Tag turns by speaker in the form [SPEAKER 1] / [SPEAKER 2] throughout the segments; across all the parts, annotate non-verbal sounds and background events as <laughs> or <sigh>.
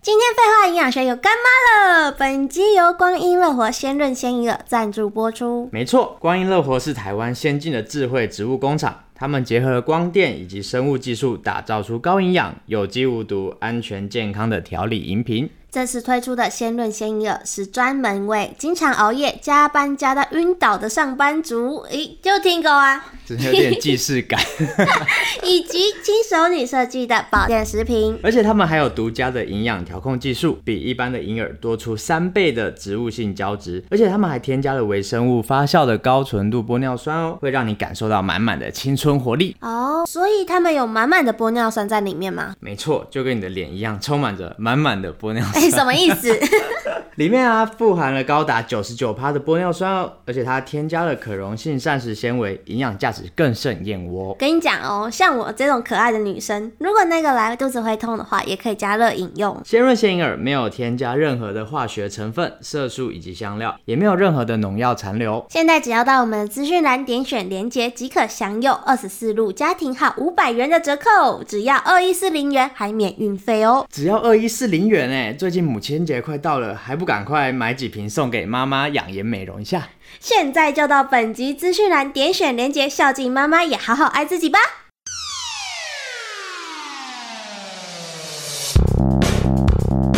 [SPEAKER 1] 今天废话营养学有干妈了，本集由光阴乐活鲜润鲜怡乐赞助播出。
[SPEAKER 2] 没错，光阴乐活是台湾先进的智慧植物工厂，他们结合光电以及生物技术，打造出高营养、有机无毒、安全健康的调理饮品。
[SPEAKER 1] 这次推出的鲜润鲜怡乐是专门为经常熬夜、加班加到晕倒的上班族，诶，就听狗啊，
[SPEAKER 2] 真的有点既视感，
[SPEAKER 1] 以及亲手女设计的保健食品。
[SPEAKER 2] <laughs> 而且他们还有独家的营养调控技术，比一般的银耳多出三倍的植物性胶质，而且他们还添加了微生物发酵的高纯度玻尿酸哦，会让你感受到满满的青春活力。
[SPEAKER 1] 哦，所以他们有满满的玻尿酸在里面
[SPEAKER 3] <laughs>
[SPEAKER 1] 吗？
[SPEAKER 2] 没错，就跟你的脸一样，充满着满满的玻尿酸。
[SPEAKER 1] 哎、什么意思？
[SPEAKER 2] 里面啊富含了高达九十九趴的玻尿酸哦，而且它添加了可溶性膳食纤维，营养价值更胜燕窝。
[SPEAKER 1] 跟你讲哦，像我这种可爱的女生，如果那个来肚子会痛的话，也可以加热饮用。
[SPEAKER 2] 鲜润鲜银耳没有添加任何的化学成分、色素以及香料，也没有任何的农药残留。哦
[SPEAKER 1] 现在只要到我们资讯栏点选连接，即可享有二十四路家庭号五百元的折扣，只要二一四零元还免运费哦。
[SPEAKER 2] 只要二一四零元哎！最近母亲节快到了，还不赶快买几瓶送给妈妈养颜美容一下？
[SPEAKER 1] 现在就到本集资讯栏点选连接，孝敬妈妈，也好好爱自己吧。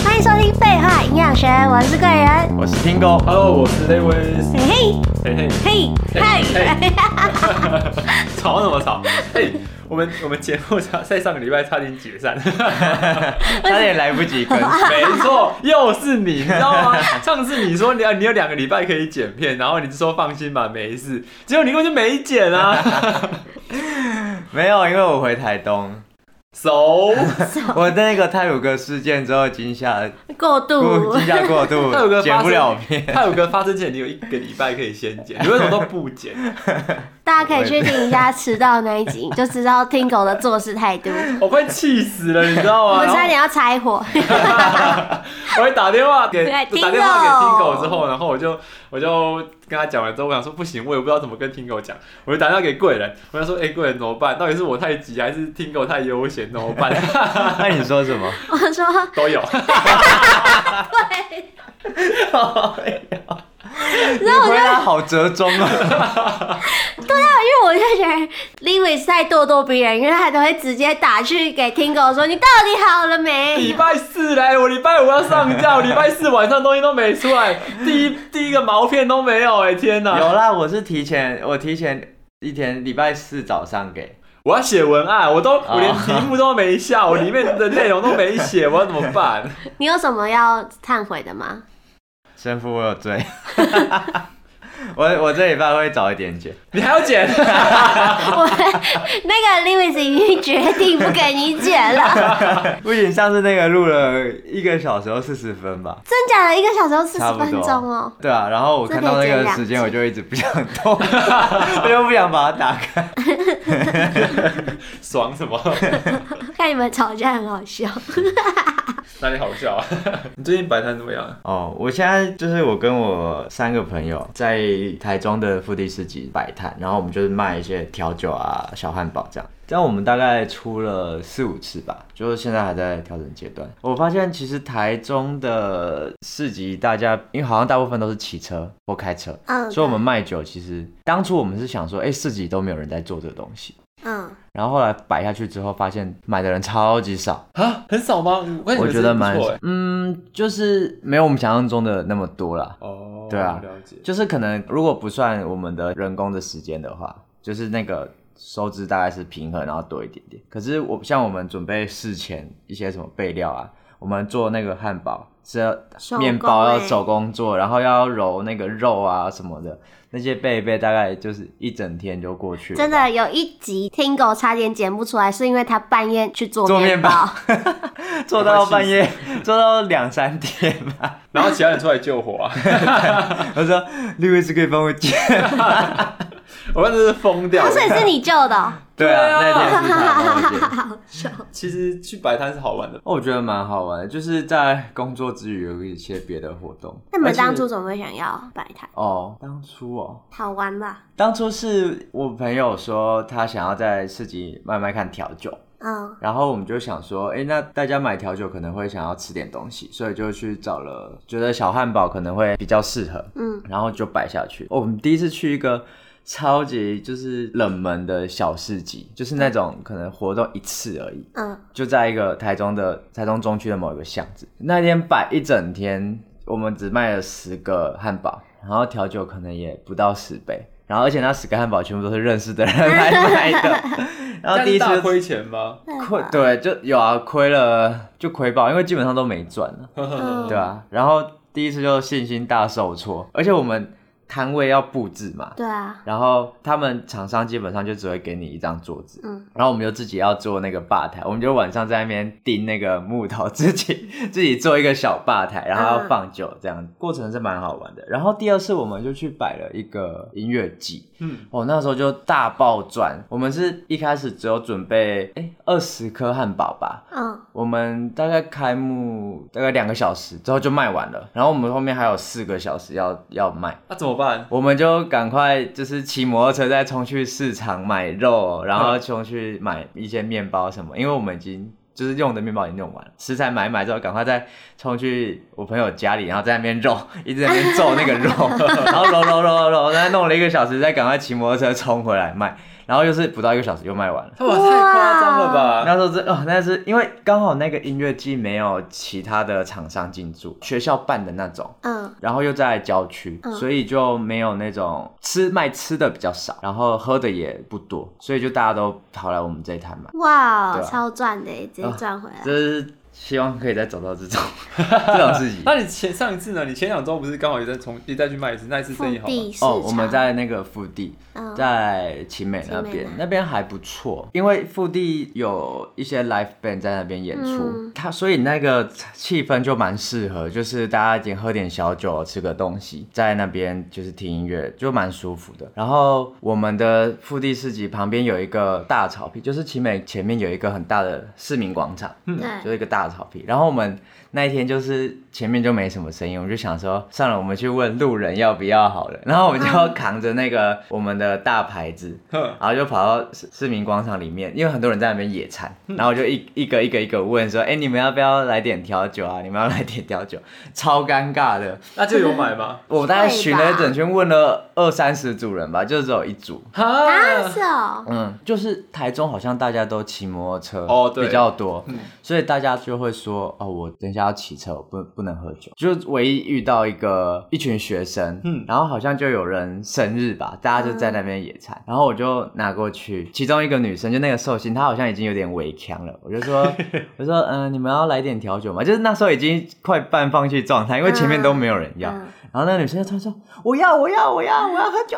[SPEAKER 1] 欢迎收听《废话营养学》，我是贵人，
[SPEAKER 2] 我是听狗，
[SPEAKER 4] Hello，我是 Davis。
[SPEAKER 1] 嘿嘿
[SPEAKER 4] 嘿嘿，
[SPEAKER 1] 嘿嘿，
[SPEAKER 4] 吵什么吵？嘿，我们我们节目差在上个礼拜差点
[SPEAKER 3] <laughs>
[SPEAKER 4] 解散，
[SPEAKER 2] 差点来不及跟。
[SPEAKER 4] 没错，又是你，你知道吗？
[SPEAKER 3] <laughs>
[SPEAKER 4] 上次你说你啊要你有两个礼拜可以剪片，然后你就说放心吧，没事，结果你根本就没
[SPEAKER 3] <laughs>
[SPEAKER 4] 剪啊。
[SPEAKER 3] 没有，因为我回台东，
[SPEAKER 4] 熟，
[SPEAKER 3] <laughs> 我那个泰鲁格事件之后惊吓
[SPEAKER 1] <laughs> 过度
[SPEAKER 3] 过惊吓过
[SPEAKER 4] 泰鲁格
[SPEAKER 3] 度，
[SPEAKER 4] 发生
[SPEAKER 3] 剪不了片。
[SPEAKER 4] 泰鲁格发生前你有一个礼拜可以先剪，你为什么都
[SPEAKER 3] <laughs>
[SPEAKER 4] 不剪？
[SPEAKER 1] 大家可以去听一 <laughs> 下迟到那一集，就知道听狗的做事态度。
[SPEAKER 4] 我快气死了，你知道
[SPEAKER 1] 我
[SPEAKER 4] 吗？
[SPEAKER 1] 们
[SPEAKER 4] 然后
[SPEAKER 1] 差点要拆
[SPEAKER 3] <laughs>
[SPEAKER 1] 伙，
[SPEAKER 4] 我会打电话给
[SPEAKER 1] 对
[SPEAKER 4] 打
[SPEAKER 1] 听狗
[SPEAKER 4] 电话给听狗之后，然后我就我就跟他讲完之后，我想说不行，我也不知道怎么跟听狗讲，我就打电话给贵人，我就说哎，贵、人怎么办？到底是我太急还是听狗太悠闲？怎么
[SPEAKER 3] <laughs>
[SPEAKER 4] 办？ <laughs>
[SPEAKER 3] 那你说什么？
[SPEAKER 1] 我说
[SPEAKER 4] 都有，
[SPEAKER 1] 对，
[SPEAKER 3] 你回答好折中啊！
[SPEAKER 1] 因为我就觉得 Lewis 太咄咄逼人，因为他都会直接打去给听狗说你到底好了
[SPEAKER 4] 礼
[SPEAKER 1] 没？
[SPEAKER 4] 拜四来，我礼拜五要上架，我礼拜四晚上东西都没出来，第一 <laughs> 第一个毛片都没有、哎天哪！
[SPEAKER 3] 有啦，我是提前，我提前一天，礼拜四早上给。
[SPEAKER 4] 我要写文案，我都我连题目都没 <laughs> 下，我里面的内容都没写，我要怎么办？ <laughs>
[SPEAKER 1] 你有什么要忏悔的吗？ <laughs>
[SPEAKER 3] 神父，我有罪。 <laughs> 我我这礼拜会早一点剪，
[SPEAKER 4] 你还要剪？
[SPEAKER 1] 我那个 Lewis 已经决定不给你剪
[SPEAKER 3] <laughs>
[SPEAKER 1] 了，
[SPEAKER 3] 不仅上次那个录了一个小时又四十分吧，
[SPEAKER 1] 真假的一个小时四
[SPEAKER 3] 差
[SPEAKER 1] 十
[SPEAKER 3] 不
[SPEAKER 1] 分
[SPEAKER 3] 多
[SPEAKER 1] 钟哦。
[SPEAKER 3] 对啊，然后我看到那个时间，我就一直不想动， <laughs> 我就不想把它打开。
[SPEAKER 4] <laughs> 爽什么？
[SPEAKER 1] 看你们吵架很好笑，
[SPEAKER 4] <laughs> 哪里好 <laughs> 笑啊？你最近摆摊怎么样？
[SPEAKER 3] 哦，我现在就是我跟我三个朋友在台中的腹地市集摆摊，然后我们就是卖一些调酒啊、小汉堡这样。这样我们大概出了四五次吧，就是现在还在调整阶段。我发现其实台中的市集，大家因为好像大部分都是骑车或开车，
[SPEAKER 1] 嗯，
[SPEAKER 3] 所以我们卖酒其实当初我们是想说，哎、市集都没有人在做这个东西，
[SPEAKER 1] 嗯，
[SPEAKER 3] 然后后来摆下去之后，发现买的人超级少，
[SPEAKER 4] 啊，很少吗？我
[SPEAKER 3] 我觉得蛮
[SPEAKER 4] 错哎，。
[SPEAKER 3] 嗯，就是没有我们想象中的那么多啦。
[SPEAKER 4] 哦，
[SPEAKER 3] 对啊
[SPEAKER 4] 了解。
[SPEAKER 3] 就是可能如果不算我们的人工的时间的话，就是那个收支大概是平衡，然后多一点点。可是我像我们准备事前一些什么备料啊，我们做那个汉堡是
[SPEAKER 1] 手工
[SPEAKER 3] 要面包要
[SPEAKER 1] 欸
[SPEAKER 3] 手工做，然后要揉那个肉啊什么的，那些备一备，大概就是一整天就过去了。
[SPEAKER 1] 真的有一集听狗差点剪不出来，是因为他半夜去做
[SPEAKER 3] 做面包
[SPEAKER 1] 包，
[SPEAKER 3] 做到半夜，做到两三点吧。
[SPEAKER 4] 然后其他人出来救火 <laughs> 啊！
[SPEAKER 3] 我说，六位是可以帮我剪。
[SPEAKER 4] 我真的是疯掉
[SPEAKER 1] 所以
[SPEAKER 4] 了。
[SPEAKER 1] 是你救的哦、
[SPEAKER 3] <laughs> 对
[SPEAKER 4] 啊
[SPEAKER 3] 啊，那天是
[SPEAKER 1] <laughs>
[SPEAKER 3] 他帮我剪。
[SPEAKER 4] 其实去摆摊是好玩的，
[SPEAKER 3] 哦，我觉得蛮好玩的，就是在工作之余有一些别的活动。
[SPEAKER 1] 那你们
[SPEAKER 3] 而且
[SPEAKER 1] 当初怎么会想要摆摊？
[SPEAKER 3] 哦，当初哦，
[SPEAKER 1] 好玩吧？
[SPEAKER 3] 当初是我朋友说他想要在市集慢慢看调酒，
[SPEAKER 1] 嗯，
[SPEAKER 3] 然后我们就想说，哎，那大家买调酒可能会想要吃点东西，所以就去找了，觉得小汉堡可能会比较适合，
[SPEAKER 1] 嗯，
[SPEAKER 3] 然后就摆下去。哦，我们第一次去一个超级就是冷门的小市集，就是那种可能活动一次而已，
[SPEAKER 1] 嗯，
[SPEAKER 3] 就在一个台中的台中中区的某一个巷子。那天摆一整天，我们只卖了十个汉堡，然后调酒可能也不到十杯，然后而且那十个汉堡全部都是认识的人来买的。然后第一
[SPEAKER 4] 这样
[SPEAKER 3] 次
[SPEAKER 4] 大亏钱吗？
[SPEAKER 3] 亏，对，就有啊，亏了就亏爆，因为基本上都没赚了，
[SPEAKER 1] 嗯
[SPEAKER 3] 对啊。然后第一次就信心大受挫，而且我们摊位要布置嘛，
[SPEAKER 1] 对啊，
[SPEAKER 3] 然后他们厂商基本上就只会给你一张桌子，
[SPEAKER 1] 嗯，
[SPEAKER 3] 然后我们就自己要做那个吧台，我们就晚上在那边钉那个木头，自己 <laughs> 自己做一个小吧台，然后要放酒，这样过程是蛮好玩的。然后第二次我们就去摆了一个音乐季，
[SPEAKER 4] 嗯，
[SPEAKER 3] 哦，那时候就大爆赚。我们是一开始只有准备哎二十颗汉堡吧，
[SPEAKER 1] 嗯
[SPEAKER 3] 我们大概开幕大概两个小时之后就卖完了，然后我们后面还有四个小时要要卖，
[SPEAKER 4] 那、怎么办？ <laughs>
[SPEAKER 3] 我们就赶快就是骑摩托车再冲去市场买肉，然后
[SPEAKER 4] 嗯
[SPEAKER 3] 冲去买一些面包什么，因为我们已经。就是用的面包已经用完了，食材买一买之后，赶快再冲去我朋友家里，然后在那边揉， <laughs> 一直在那边揍那个肉，然后揉揉揉揉揉，然后弄了一个小时，再赶快骑摩托车冲回来卖，然后又是不到一个小时又卖完了。
[SPEAKER 4] 哇，太夸张了吧！
[SPEAKER 3] 那时候是哦，那是因为刚好那个音乐季没有其他的厂商进驻，学校办的那种，
[SPEAKER 1] 嗯
[SPEAKER 3] 然后又在郊区，
[SPEAKER 1] 嗯
[SPEAKER 3] 所以就没有那种吃卖吃的比较少，然后喝的也不多，所以就大家都跑来我们这一摊买。
[SPEAKER 1] 哇
[SPEAKER 3] 对啊
[SPEAKER 1] 超赚的耶，直接
[SPEAKER 3] 啊
[SPEAKER 1] 赚回来。
[SPEAKER 3] 就是希望可以再找到这种这种事情。
[SPEAKER 4] 那你前上一次呢？你前两周不是刚好也在重也再去卖一次，那一次
[SPEAKER 1] 腹
[SPEAKER 4] 生意好吗？
[SPEAKER 1] 地市场，
[SPEAKER 3] 哦，我们在那个腹地，
[SPEAKER 1] 嗯
[SPEAKER 3] 在奇美那
[SPEAKER 1] 奇美
[SPEAKER 3] 边
[SPEAKER 1] 那，
[SPEAKER 3] 那边还不错，因为腹地有一些 live band 在那边演出
[SPEAKER 1] 嗯，
[SPEAKER 3] 它所以那个气氛就蛮适合，就是大家已经喝点小酒，吃个东西，在那边就是听音乐，就蛮舒服的。然后我们的腹地市集旁边有一个大草皮，就是奇美前面有一个很大的市民广场，就
[SPEAKER 1] 对，
[SPEAKER 3] 是一个大草皮。然后我们那一天就是前面就没什么声音，我们就想说，算了，我们去问路人要不要好了。 <laughs> 然后我们就扛着那个我们的大牌子，
[SPEAKER 4] 哼，
[SPEAKER 3] 然后就跑到市市民广场里面，因为很多人在那边野餐，
[SPEAKER 1] 嗯
[SPEAKER 3] 然后我就一一个一个一个问说，哎，你们要不要来点调酒啊？你们要来点调酒， <laughs> 超尴尬的。
[SPEAKER 4] 那就有买吗？
[SPEAKER 3] 我大概
[SPEAKER 1] 会吧
[SPEAKER 3] 寻了一整圈，问了二三十组人吧，就只有一组。
[SPEAKER 1] 啊
[SPEAKER 4] 哈，
[SPEAKER 1] 是哦，
[SPEAKER 3] 嗯，就是台中好像大家都骑摩托车
[SPEAKER 4] 哦对
[SPEAKER 3] 比较多，
[SPEAKER 4] 嗯
[SPEAKER 3] 所以大家就会说哦，我等一下要骑车，我不不能喝酒。就唯一遇到一个一群学生，
[SPEAKER 4] 嗯
[SPEAKER 3] 然后好像就有人生日吧，大家就在那边野
[SPEAKER 4] 嗯
[SPEAKER 3] 餐，然后我就拿过去，其中一个女生就那个寿星，她好像已经有点微呛了，我就说
[SPEAKER 4] <laughs>
[SPEAKER 3] 我说嗯、你们要来点调酒吗？就是那时候已经快半放弃状态，因为前面都没有人要，
[SPEAKER 1] 嗯
[SPEAKER 3] 然后那个女生就突然说：“我要，我要，我要，我要喝酒。”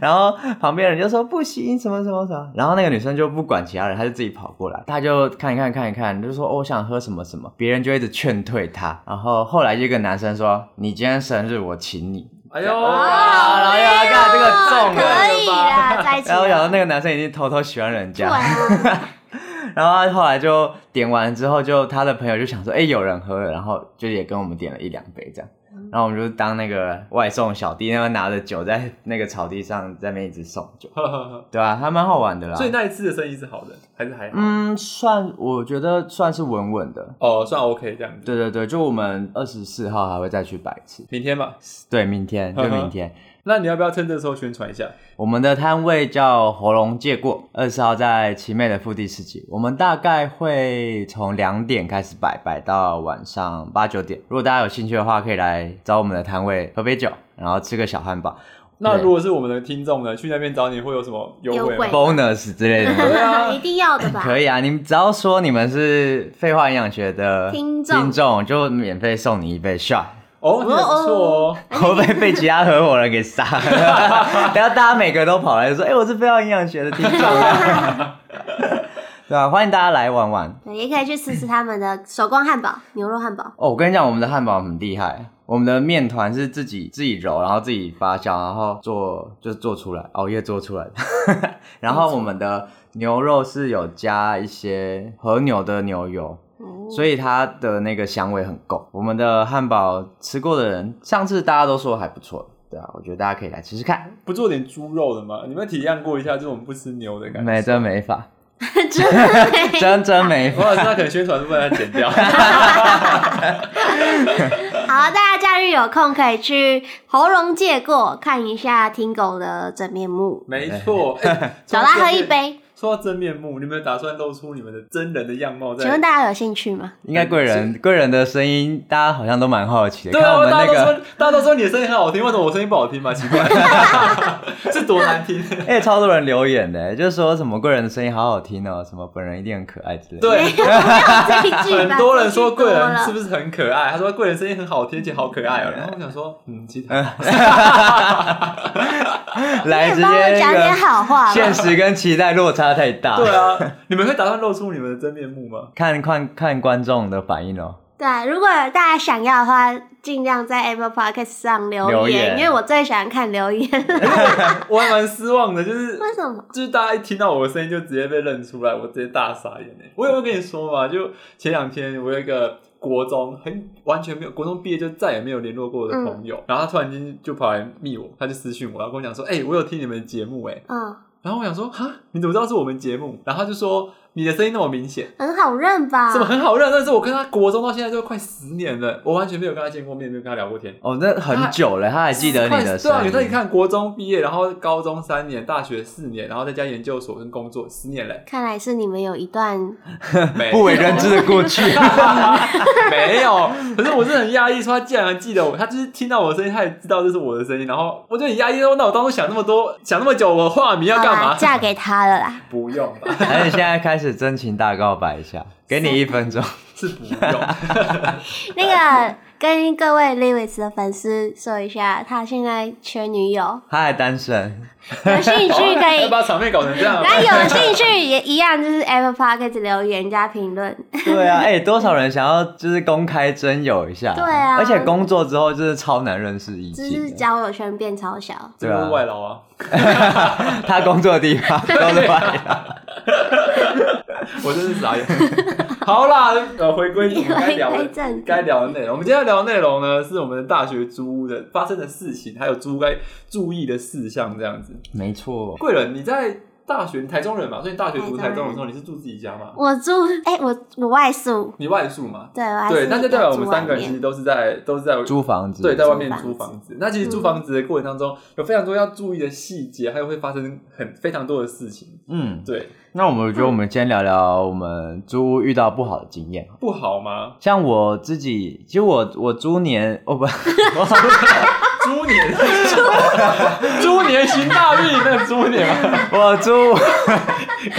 [SPEAKER 3] 然后旁边人就说：“不行，什么什么什么。”然后那个女生就不管其他人，她就自己跑过来，她就看一看看一看，就说：“哦，我想喝什么什么。”别人就一直劝退她。然后后来就一个男生说：“你今天生日，我请你。
[SPEAKER 4] 哎呦，
[SPEAKER 3] 啊然后又要看这个中
[SPEAKER 1] 可
[SPEAKER 3] 了
[SPEAKER 1] 以啦，在一”起。
[SPEAKER 3] 然后我想说，那个男生已经偷偷喜欢人
[SPEAKER 1] 对
[SPEAKER 3] 家。
[SPEAKER 1] 啊，
[SPEAKER 3] 然后他后来就点完之后，就他的朋友就想说，哎，有人喝了，然后就也跟我们点了一两杯这样。
[SPEAKER 4] 嗯
[SPEAKER 3] 然后我们就当那个外送小弟，那边拿着酒在那个草地上在那边一直送酒，
[SPEAKER 4] 呵呵呵
[SPEAKER 3] 对吧、还蛮好玩的啦
[SPEAKER 4] 所。以那一次的生意是好的，还是还好？
[SPEAKER 3] 嗯，算我觉得算是稳稳的。
[SPEAKER 4] 哦，算 OK 这样子。
[SPEAKER 3] 对对对，就我们二十四号还会再去摆一次。
[SPEAKER 4] 明天吧，
[SPEAKER 3] 对，明天就
[SPEAKER 4] 呵呵
[SPEAKER 3] 明天，
[SPEAKER 4] 那你要不要趁这时候宣传一下？
[SPEAKER 3] 我们的摊位叫喉咙借过，二十号在奇美的腹地市集。我们大概会从两点开始摆，摆到晚上八九点。如果大家有兴趣的话，可以来找我们的摊位喝杯酒，然后吃个小汉堡
[SPEAKER 4] 那
[SPEAKER 3] 对
[SPEAKER 4] 如果是我们的听众呢，去那边找你会有什么优惠
[SPEAKER 1] 优惠
[SPEAKER 4] 吗？
[SPEAKER 3] ，bonus 之类的吗。
[SPEAKER 4] 对
[SPEAKER 3] <laughs>
[SPEAKER 4] 啊
[SPEAKER 1] 一定要的吧？
[SPEAKER 3] 可以啊，你们只要说你们是废话营养学的
[SPEAKER 1] 听众
[SPEAKER 3] 就免费送你一杯 shot。
[SPEAKER 4] 哦，你很不错哦。
[SPEAKER 3] <laughs> 会不会被其他合伙人给杀 <laughs> 了？然后大家每个都跑来说：“哎、我是非常营养学的听众。” <laughs> 对啊，欢迎大家来玩玩。
[SPEAKER 1] 对也可以去吃吃他们的手工汉堡、牛肉汉堡。
[SPEAKER 3] 哦，我跟你讲，我们的汉堡很厉害，我们的面团是自己自己揉，然后自己发酵，然后做就是做出来，熬夜做出来的。 <laughs> 然后我们的牛肉是有加一些和牛的牛油，
[SPEAKER 1] 哦
[SPEAKER 3] 所以它的那个香味很够。我们的汉堡吃过的人，上次大家都说还不错，对啊，我觉得大家可以来吃吃看。
[SPEAKER 4] 不做点猪肉的吗？你们体谅过一下这种不吃牛的感
[SPEAKER 3] <laughs>
[SPEAKER 4] 觉？ <laughs>
[SPEAKER 3] 没，真没法。真真没
[SPEAKER 4] 我老师他可能宣传部分他
[SPEAKER 3] <laughs>
[SPEAKER 4] 剪掉，
[SPEAKER 1] 好，大家假日有空可以去喉咙借过看一下听狗的真面目，
[SPEAKER 4] 没错。哎
[SPEAKER 1] 找他喝一。杯。
[SPEAKER 4] 说到真面目，你们有打算露出你们的真人的样貌在？
[SPEAKER 1] 请问大家有兴趣
[SPEAKER 4] <laughs>
[SPEAKER 1] 吗？
[SPEAKER 3] 应该贵人贵人的声音，大家好像都蛮好奇的。
[SPEAKER 4] 对
[SPEAKER 3] 看
[SPEAKER 4] 啊，
[SPEAKER 3] 我们
[SPEAKER 4] 大
[SPEAKER 3] 那
[SPEAKER 4] 家都
[SPEAKER 3] 个，
[SPEAKER 4] 说大家都说你的声音很好听，为什么我声音不好听嘛？奇怪，
[SPEAKER 1] <laughs>
[SPEAKER 4] <laughs> 是多难听。
[SPEAKER 3] <laughs> 哎、超多人留言的，就是说什么贵人的声音好好听哦，什么本人一定很可爱之类的。
[SPEAKER 4] 对，
[SPEAKER 1] 这一句
[SPEAKER 4] <laughs> 很
[SPEAKER 1] 吧
[SPEAKER 4] 多人说贵人
[SPEAKER 1] 这一句多了
[SPEAKER 4] 是不是很可爱？他说贵人声音很好听，而且好可爱哦。然后我想说， <laughs> 嗯，其实啊
[SPEAKER 3] <laughs> 来直
[SPEAKER 1] 帮我
[SPEAKER 3] 接
[SPEAKER 1] 讲点
[SPEAKER 3] 那个
[SPEAKER 1] 好话吧。
[SPEAKER 3] 现实跟期待落差太大。
[SPEAKER 4] 对啊，你们会打算露出你们的真面目 <laughs> 吗？
[SPEAKER 3] 看看看观众的反应哦。
[SPEAKER 1] <laughs> 对，如果大家想要的话，尽量在 Apple Podcast 上留言，
[SPEAKER 3] 留言
[SPEAKER 1] 因为我最喜欢看留言。
[SPEAKER 4] 我还蛮失望的，就是
[SPEAKER 1] 为什么？
[SPEAKER 4] 就是大家一听到我的声音就直接被认出来，我直接大傻眼哎！我有没有跟你说嘛？就前两天我有一个国中很完全没有国中毕业就再也没有联络过的朋友，然后他突然间就跑来密我，他就私讯我，然后跟我讲说：“哎、我有听你们的节目哎。
[SPEAKER 1] 嗯，”
[SPEAKER 4] 然后我想说：“哈，你怎么知道是我们节目？”然后他就说：“你的声音那么明显。”
[SPEAKER 1] 很好认吧？，
[SPEAKER 4] 怎么很好认？但是我跟他国中到现在都快十年了，我完全没有跟他见过面，没有跟他聊过天。
[SPEAKER 3] 哦，那很久了，他还记得你的
[SPEAKER 4] 对啊，
[SPEAKER 3] 声
[SPEAKER 4] 你
[SPEAKER 3] 音。
[SPEAKER 4] 看，你看，国中毕业，然后高中三年，大学四年，然后再加研究所跟工作，十年嘞
[SPEAKER 3] <laughs>
[SPEAKER 1] 看来是你们有一段
[SPEAKER 4] 没
[SPEAKER 3] 不为人知的过
[SPEAKER 4] <laughs>
[SPEAKER 3] 去。 <laughs>
[SPEAKER 4] 没有。可是我是很压抑，说他竟然记得我，他就是听到我的声音，他也知道这是我的声音，然后我就很压抑，说那我当初想那么多，想那么久，我化名要干
[SPEAKER 1] 好啦
[SPEAKER 4] 嘛？
[SPEAKER 1] 啊嫁给他了
[SPEAKER 4] <laughs>
[SPEAKER 1] 啦。
[SPEAKER 4] 不用吧，
[SPEAKER 3] 还是现在开始真情大告白一下，给你一分钟。
[SPEAKER 4] 是不
[SPEAKER 1] <laughs>
[SPEAKER 4] 用。
[SPEAKER 1] 那个跟各位 Lewis 的粉丝说一下，他现在缺女
[SPEAKER 4] <laughs>
[SPEAKER 1] 友，
[SPEAKER 3] 他还单身，
[SPEAKER 1] 有兴趣可
[SPEAKER 4] 要 <laughs>
[SPEAKER 1] 以。
[SPEAKER 4] 把场面搞成这样啊吗，
[SPEAKER 1] 那有兴趣也一样，就是 Apple Podcast 留言加评论。
[SPEAKER 3] 对啊，哎、多少人想要就是公开征友一下？
[SPEAKER 1] 对啊
[SPEAKER 3] 而且工作之后就是超难认识异
[SPEAKER 1] 就
[SPEAKER 3] 性
[SPEAKER 1] 是
[SPEAKER 3] 的，
[SPEAKER 1] 交友圈变超小，
[SPEAKER 4] 这个是外劳啊，
[SPEAKER 3] <laughs> 他工作的
[SPEAKER 1] <laughs>
[SPEAKER 3] 地方都是外劳。
[SPEAKER 4] 我真是傻眼。好啦，呃，回归
[SPEAKER 1] <laughs>
[SPEAKER 4] 我们该聊
[SPEAKER 1] 回
[SPEAKER 4] 的
[SPEAKER 1] 归正题
[SPEAKER 4] 该聊的内容。我们今天要聊的内容呢，是我们的大学租屋的发生的事情，还有租屋该注意的事项，这样子。
[SPEAKER 3] 没错，
[SPEAKER 4] 贵人，你在大学你台中人嘛，所以你大学读
[SPEAKER 1] 台
[SPEAKER 4] 台
[SPEAKER 1] 中
[SPEAKER 4] 中
[SPEAKER 1] 人
[SPEAKER 4] 的时候，你是住自己家嘛？
[SPEAKER 1] 我住哎、我我外宿，
[SPEAKER 4] 你外宿嘛？
[SPEAKER 1] 对，我还
[SPEAKER 4] 对，
[SPEAKER 1] 是
[SPEAKER 4] 那就代表我们三
[SPEAKER 1] 住外
[SPEAKER 4] 个人
[SPEAKER 1] 面
[SPEAKER 4] 其实都是在都是在
[SPEAKER 3] 租房子。
[SPEAKER 4] 对，在外面
[SPEAKER 1] 租房
[SPEAKER 4] 租
[SPEAKER 1] 子
[SPEAKER 4] 房子。那
[SPEAKER 1] 嗯
[SPEAKER 4] 其实租房子的过程当中，有非常多要注意的细节，还有会发生很非常多的事情。
[SPEAKER 3] 嗯，
[SPEAKER 4] 对，
[SPEAKER 3] 那我们觉得我们先聊聊我们租屋遇到不好的经验。
[SPEAKER 4] 不好吗？
[SPEAKER 3] 像我自己，其实我我猪年哦不， <laughs>
[SPEAKER 4] 猪年，猪年行大运，那个猪年嘛，
[SPEAKER 1] <laughs>
[SPEAKER 3] 我猪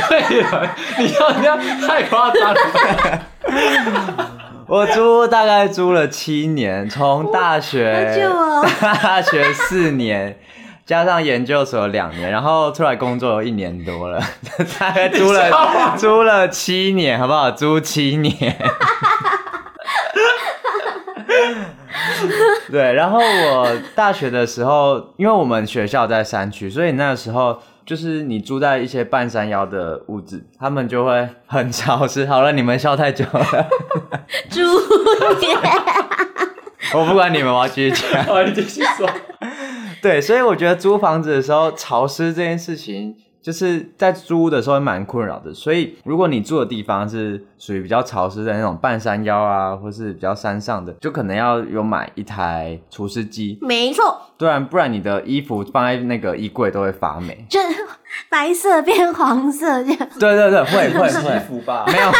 [SPEAKER 4] 对了，你要这样太夸张了。
[SPEAKER 3] <laughs> 我租大概租了七年，从大
[SPEAKER 1] <laughs> 好久
[SPEAKER 3] 学
[SPEAKER 1] 哦
[SPEAKER 3] <laughs> 大学四年，加上研究所两年，然后出来工作有一年多了， <laughs> 大概租了租了七年，好不好？租
[SPEAKER 1] <laughs>
[SPEAKER 3] 七年。对，然后我大学的时候，因为我们学校在山区，所以那时候就是你住在一些半山腰的屋子，他们就会很潮湿。好了，你们笑太久了。
[SPEAKER 1] 住面。 <laughs>
[SPEAKER 3] <laughs> 我不管你们，我要继续讲。
[SPEAKER 4] 好，你继续说。
[SPEAKER 3] <laughs> 对，所以我觉得租房子的时候潮湿这件事情，就是在租的时候蛮困扰的。所以如果你住的地方是属于比较潮湿的那种半山腰啊，或是比较山上的，就可能要有买一台除湿机，
[SPEAKER 1] 没错，
[SPEAKER 3] 不然不然你的衣服放在那个衣柜都会发 <laughs> 霉。
[SPEAKER 1] 就白色变黄色
[SPEAKER 4] <laughs>
[SPEAKER 1] 这样。
[SPEAKER 3] 对对对，会会
[SPEAKER 4] 洗
[SPEAKER 3] 会 <laughs>
[SPEAKER 4] 衣，服吧。
[SPEAKER 3] 没有。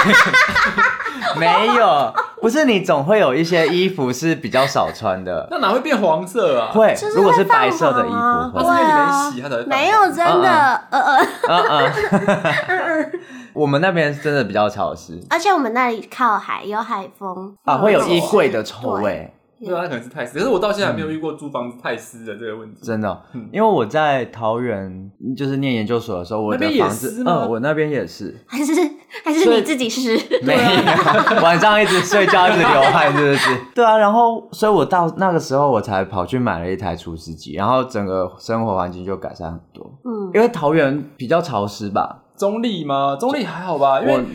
[SPEAKER 3] 没有， <laughs> 不是你总会有一些衣服是比较少穿的，
[SPEAKER 4] 那哪会变黄色啊？
[SPEAKER 3] 会
[SPEAKER 1] 就，是
[SPEAKER 3] 如果
[SPEAKER 1] 会
[SPEAKER 3] 是白
[SPEAKER 1] 泛
[SPEAKER 3] 色的衣
[SPEAKER 1] 黄啊
[SPEAKER 3] 服会
[SPEAKER 4] 它，是因为你没洗，它才会泛黄
[SPEAKER 1] 没有真
[SPEAKER 4] 啊
[SPEAKER 1] 的，呃呃，
[SPEAKER 3] 嗯嗯，我们那边真的比较潮湿
[SPEAKER 1] 而且我们那里靠海，有海风
[SPEAKER 3] 啊，会有衣柜的臭味，
[SPEAKER 4] 哦对啊，它可能是太湿。可是我到现在还没有遇过租房子太湿的这个问题。
[SPEAKER 3] 真的
[SPEAKER 4] 嗯。
[SPEAKER 3] 因为我在桃园就是念研究所的时候，我
[SPEAKER 4] 那边
[SPEAKER 3] 的
[SPEAKER 4] 也
[SPEAKER 3] 房
[SPEAKER 4] 湿
[SPEAKER 3] 子，
[SPEAKER 4] 吗
[SPEAKER 3] 嗯，我那边也是，
[SPEAKER 1] <laughs> 还是还是你自己湿。
[SPEAKER 3] 没 <laughs> 有，晚上一直睡觉，一直流汗，是不是？ <laughs> 对啊，然后，所以我到那个时候，我才跑去买了一台除湿机，然后整个生活环境就改善很多。
[SPEAKER 1] 嗯，
[SPEAKER 3] 因为桃园比较潮湿吧，
[SPEAKER 4] 中立吗？中立还好吧，因
[SPEAKER 3] 我嗯
[SPEAKER 4] 为嗯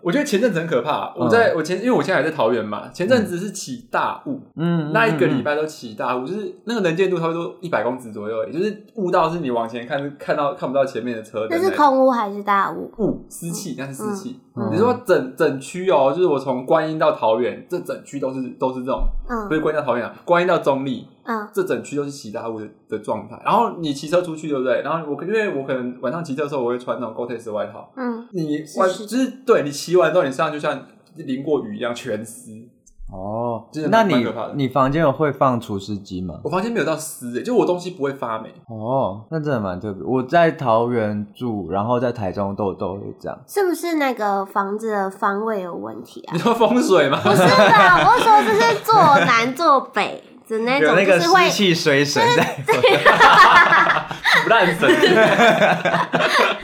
[SPEAKER 4] 我觉得前阵子很可怕，我在、我前因为我现在还在桃园嘛，前阵子是起大雾，
[SPEAKER 3] 嗯
[SPEAKER 4] 那一个礼拜都起大雾，就是那个能见度差不多一百公尺左右而已，就是雾到是你往前看是看到看不到前面的车的
[SPEAKER 1] 那
[SPEAKER 4] 那
[SPEAKER 1] 是
[SPEAKER 4] 种
[SPEAKER 1] 空屋还是大屋？
[SPEAKER 4] 雾湿气，那是湿气。
[SPEAKER 1] 嗯
[SPEAKER 4] 你说整整区哦，就是我从观音到桃园，这整区都是都是这种，不
[SPEAKER 1] 嗯
[SPEAKER 4] 是观音到桃园啊，观音到中立，
[SPEAKER 1] 嗯
[SPEAKER 4] 这整区都是起大雾的的状态。然后你骑车出去，对不对？然后我因为我可能晚上骑车的时候，我会穿那种 Gore-Tex 外套，
[SPEAKER 1] 嗯，
[SPEAKER 4] 你
[SPEAKER 1] 是
[SPEAKER 4] 外
[SPEAKER 1] 是
[SPEAKER 4] 就是对你骑完之后，你身上就像淋过雨一样全湿。
[SPEAKER 3] 哦
[SPEAKER 4] 真的，
[SPEAKER 3] 那
[SPEAKER 4] 蛮蛮
[SPEAKER 3] 你
[SPEAKER 4] 可怕的
[SPEAKER 3] 你房间有会放除湿机吗？
[SPEAKER 4] 我房间没有到湿、欸，就我东西不会发霉。
[SPEAKER 3] 哦，那真的蛮特别。我在桃园住，然后在台中都都会这样。
[SPEAKER 1] 是不是那个房子的方位有问题啊
[SPEAKER 4] 你？说风水吗？
[SPEAKER 1] 不是吧？我是说这是坐南坐北的那
[SPEAKER 5] 有
[SPEAKER 1] 种，
[SPEAKER 5] 那
[SPEAKER 1] 就
[SPEAKER 5] 个
[SPEAKER 1] 是会
[SPEAKER 5] 湿气随身在，
[SPEAKER 4] 腐烂神，
[SPEAKER 1] <laughs>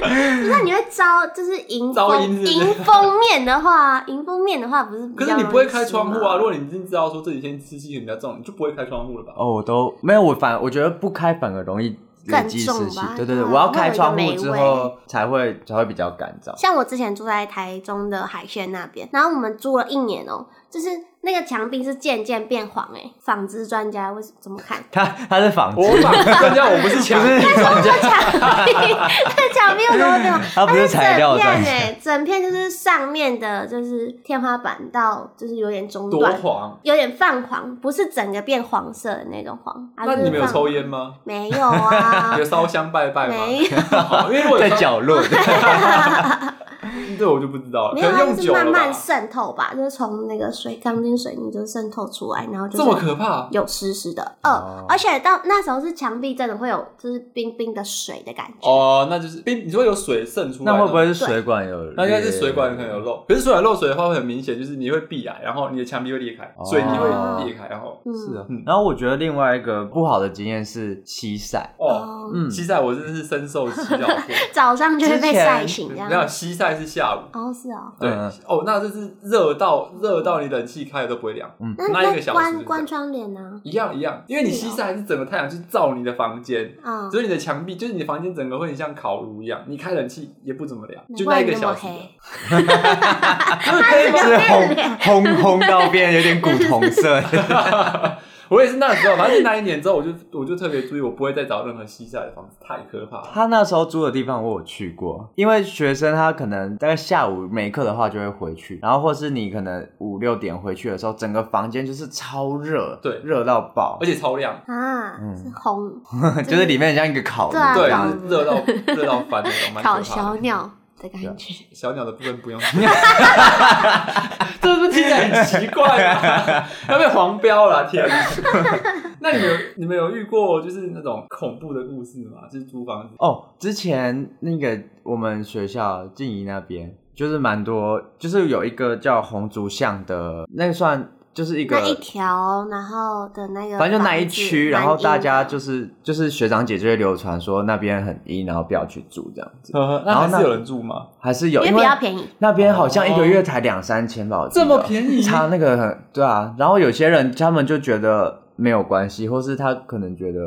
[SPEAKER 1] 不是你会招，就是迎
[SPEAKER 4] 招
[SPEAKER 1] 风
[SPEAKER 4] 阴是不是
[SPEAKER 1] 迎风面的话，迎风面的话不是比
[SPEAKER 4] <laughs> 可
[SPEAKER 1] 较
[SPEAKER 4] 是你不会开窗户啊！如
[SPEAKER 1] 容易
[SPEAKER 4] 果你已经知道说这几天湿气可能比较重，你就不会开窗户了吧？
[SPEAKER 3] 哦，我都没有，我反我觉得不开反而容易累积湿
[SPEAKER 1] 更
[SPEAKER 3] 气
[SPEAKER 1] 重吧。
[SPEAKER 3] 对对
[SPEAKER 1] 对
[SPEAKER 3] 对，
[SPEAKER 1] 啊
[SPEAKER 3] 我要开窗
[SPEAKER 1] 会
[SPEAKER 3] 户
[SPEAKER 1] 有一个
[SPEAKER 3] 之
[SPEAKER 1] 霉味
[SPEAKER 3] 后才会才会比较干燥
[SPEAKER 1] 湿嘛。。像我之前住在台中的海鲜那边，然后我们住了一年哦、就是那个墙壁是渐渐变黄哎、纺织专家为什么怎么
[SPEAKER 4] <laughs>
[SPEAKER 1] 看？
[SPEAKER 3] 它它是纺
[SPEAKER 4] 我
[SPEAKER 3] 织，
[SPEAKER 4] <laughs> 反专家，我不是
[SPEAKER 1] <laughs>
[SPEAKER 4] 强，
[SPEAKER 1] 墙壁，那墙壁有什么
[SPEAKER 4] <laughs>
[SPEAKER 1] 变化？
[SPEAKER 3] 它不是材料
[SPEAKER 1] 整
[SPEAKER 3] 专
[SPEAKER 1] 片
[SPEAKER 3] 家。
[SPEAKER 1] 哎、整片就是上面的，就是天花板到就是有点中
[SPEAKER 4] 多
[SPEAKER 1] 断，
[SPEAKER 4] 黄。
[SPEAKER 1] 有点泛黄，不是整个变黄色的那种黄。啊
[SPEAKER 4] 那你们
[SPEAKER 1] 就
[SPEAKER 4] 有？
[SPEAKER 1] 是泛
[SPEAKER 4] 抽烟吗？
[SPEAKER 1] 没有
[SPEAKER 4] <laughs>
[SPEAKER 1] 啊
[SPEAKER 4] 有，烧香拜拜吗？ <laughs>
[SPEAKER 1] 没有。
[SPEAKER 4] 哦因为我
[SPEAKER 3] 在，
[SPEAKER 1] 欸 <laughs>
[SPEAKER 3] 角落，
[SPEAKER 4] <laughs> 对我就不知道了，
[SPEAKER 1] 没
[SPEAKER 4] 可
[SPEAKER 1] 有，
[SPEAKER 4] 能
[SPEAKER 1] 它
[SPEAKER 4] 用
[SPEAKER 1] 就是
[SPEAKER 4] 久
[SPEAKER 1] 慢
[SPEAKER 4] 了
[SPEAKER 1] 慢
[SPEAKER 4] 吧。
[SPEAKER 1] 渗透吧，就是从那个水钢筋水泥就渗透出来，然后就
[SPEAKER 4] 这么
[SPEAKER 1] 是
[SPEAKER 4] 可怕，
[SPEAKER 1] 有湿湿的，呃，
[SPEAKER 3] 哦
[SPEAKER 1] 而且到那时候是墙壁真的会有就是冰冰的水的感觉，
[SPEAKER 4] 哦，那就是冰，你说有水渗出来，
[SPEAKER 3] 那会不？会是水管有？
[SPEAKER 4] 那应该是水管可能有。漏，可是水管漏水的话会很明显，就是你会闭癌，然后你的墙壁会裂开
[SPEAKER 3] 哦，
[SPEAKER 4] 水泥会裂开，然后
[SPEAKER 1] 嗯，
[SPEAKER 3] 是啊
[SPEAKER 4] 嗯，
[SPEAKER 3] 然后我觉得另外一个不好的经验是西晒，
[SPEAKER 4] 哦，
[SPEAKER 1] 哦，
[SPEAKER 3] 嗯，
[SPEAKER 4] 西晒我真的是深受
[SPEAKER 1] <laughs>
[SPEAKER 4] 其扰过。
[SPEAKER 1] 早上就会被
[SPEAKER 3] 之前
[SPEAKER 1] 晒醒这样
[SPEAKER 4] 没，有西晒是下午，
[SPEAKER 1] 哦，是哦，
[SPEAKER 4] 对
[SPEAKER 3] 嗯
[SPEAKER 4] 哦，那这是热到热到你冷气开了都不会凉，
[SPEAKER 3] 嗯
[SPEAKER 1] 那
[SPEAKER 4] 那一个
[SPEAKER 1] 那
[SPEAKER 4] 小时
[SPEAKER 1] 关
[SPEAKER 4] 是
[SPEAKER 1] 关窗帘呢？
[SPEAKER 4] 一样一样，因为你西晒是整个太阳去照你的房间，
[SPEAKER 1] 啊，
[SPEAKER 4] 所以你的墙壁就是你的房间整个会很像烤炉一样，你开冷气也不怎么凉，就那
[SPEAKER 1] 怪
[SPEAKER 4] 一
[SPEAKER 1] 你
[SPEAKER 4] 个
[SPEAKER 1] 那么
[SPEAKER 4] 小时。
[SPEAKER 1] 黑，
[SPEAKER 5] 是
[SPEAKER 1] 变脸
[SPEAKER 5] 红红红到变有点古铜
[SPEAKER 1] <laughs>
[SPEAKER 5] 色。
[SPEAKER 4] <laughs> 我也是那时候，反正那一年之后，我就我就特别注意，我不会再找任何西晒的房子，太可怕了。
[SPEAKER 3] 他那时候租的地方我有去过，因为学生他可能大概下午没课的话就会回去，然后或是你可能五六点回去的时候，整个房间就是超热，
[SPEAKER 4] 对
[SPEAKER 3] 热到爆
[SPEAKER 4] 而，且超亮，
[SPEAKER 1] 啊，
[SPEAKER 3] 嗯
[SPEAKER 1] 是红
[SPEAKER 3] <laughs> 就是里面很像一个烤炉
[SPEAKER 1] 对。啊
[SPEAKER 4] 对，
[SPEAKER 1] 烤
[SPEAKER 4] 就是热到热到翻那种，蛮
[SPEAKER 1] 烤
[SPEAKER 4] 可怕
[SPEAKER 1] 小
[SPEAKER 4] 的。
[SPEAKER 1] 鸟的感觉。
[SPEAKER 4] 小鸟的部分不用， <laughs> 这是不是听起来很奇怪啊？ <laughs> 要被黄标了，天啊！ <laughs> 那你们有你们有遇过就是那种恐怖的故事吗？就是租房子
[SPEAKER 3] 哦，之前那个我们学校静怡那边就是蛮多，就是有一个叫红竹巷的，那算就是一个
[SPEAKER 1] 那一条，然后的那个房子，
[SPEAKER 3] 反正就那一区，然后大家就是是就是学长姐就会流传说那边很阴，然后不要去住这样子，
[SPEAKER 4] 然
[SPEAKER 3] 那
[SPEAKER 4] 后还是有人住吗？
[SPEAKER 3] 还是
[SPEAKER 1] 因
[SPEAKER 3] 有，
[SPEAKER 1] 为
[SPEAKER 3] 因
[SPEAKER 1] 比
[SPEAKER 3] 为
[SPEAKER 1] 较便宜，
[SPEAKER 3] 那边好像一个月才两三千吧，我记得
[SPEAKER 4] 哦这么便宜
[SPEAKER 3] 差那个很对啊。然后有些人他们就觉得没有关系，或是他可能觉得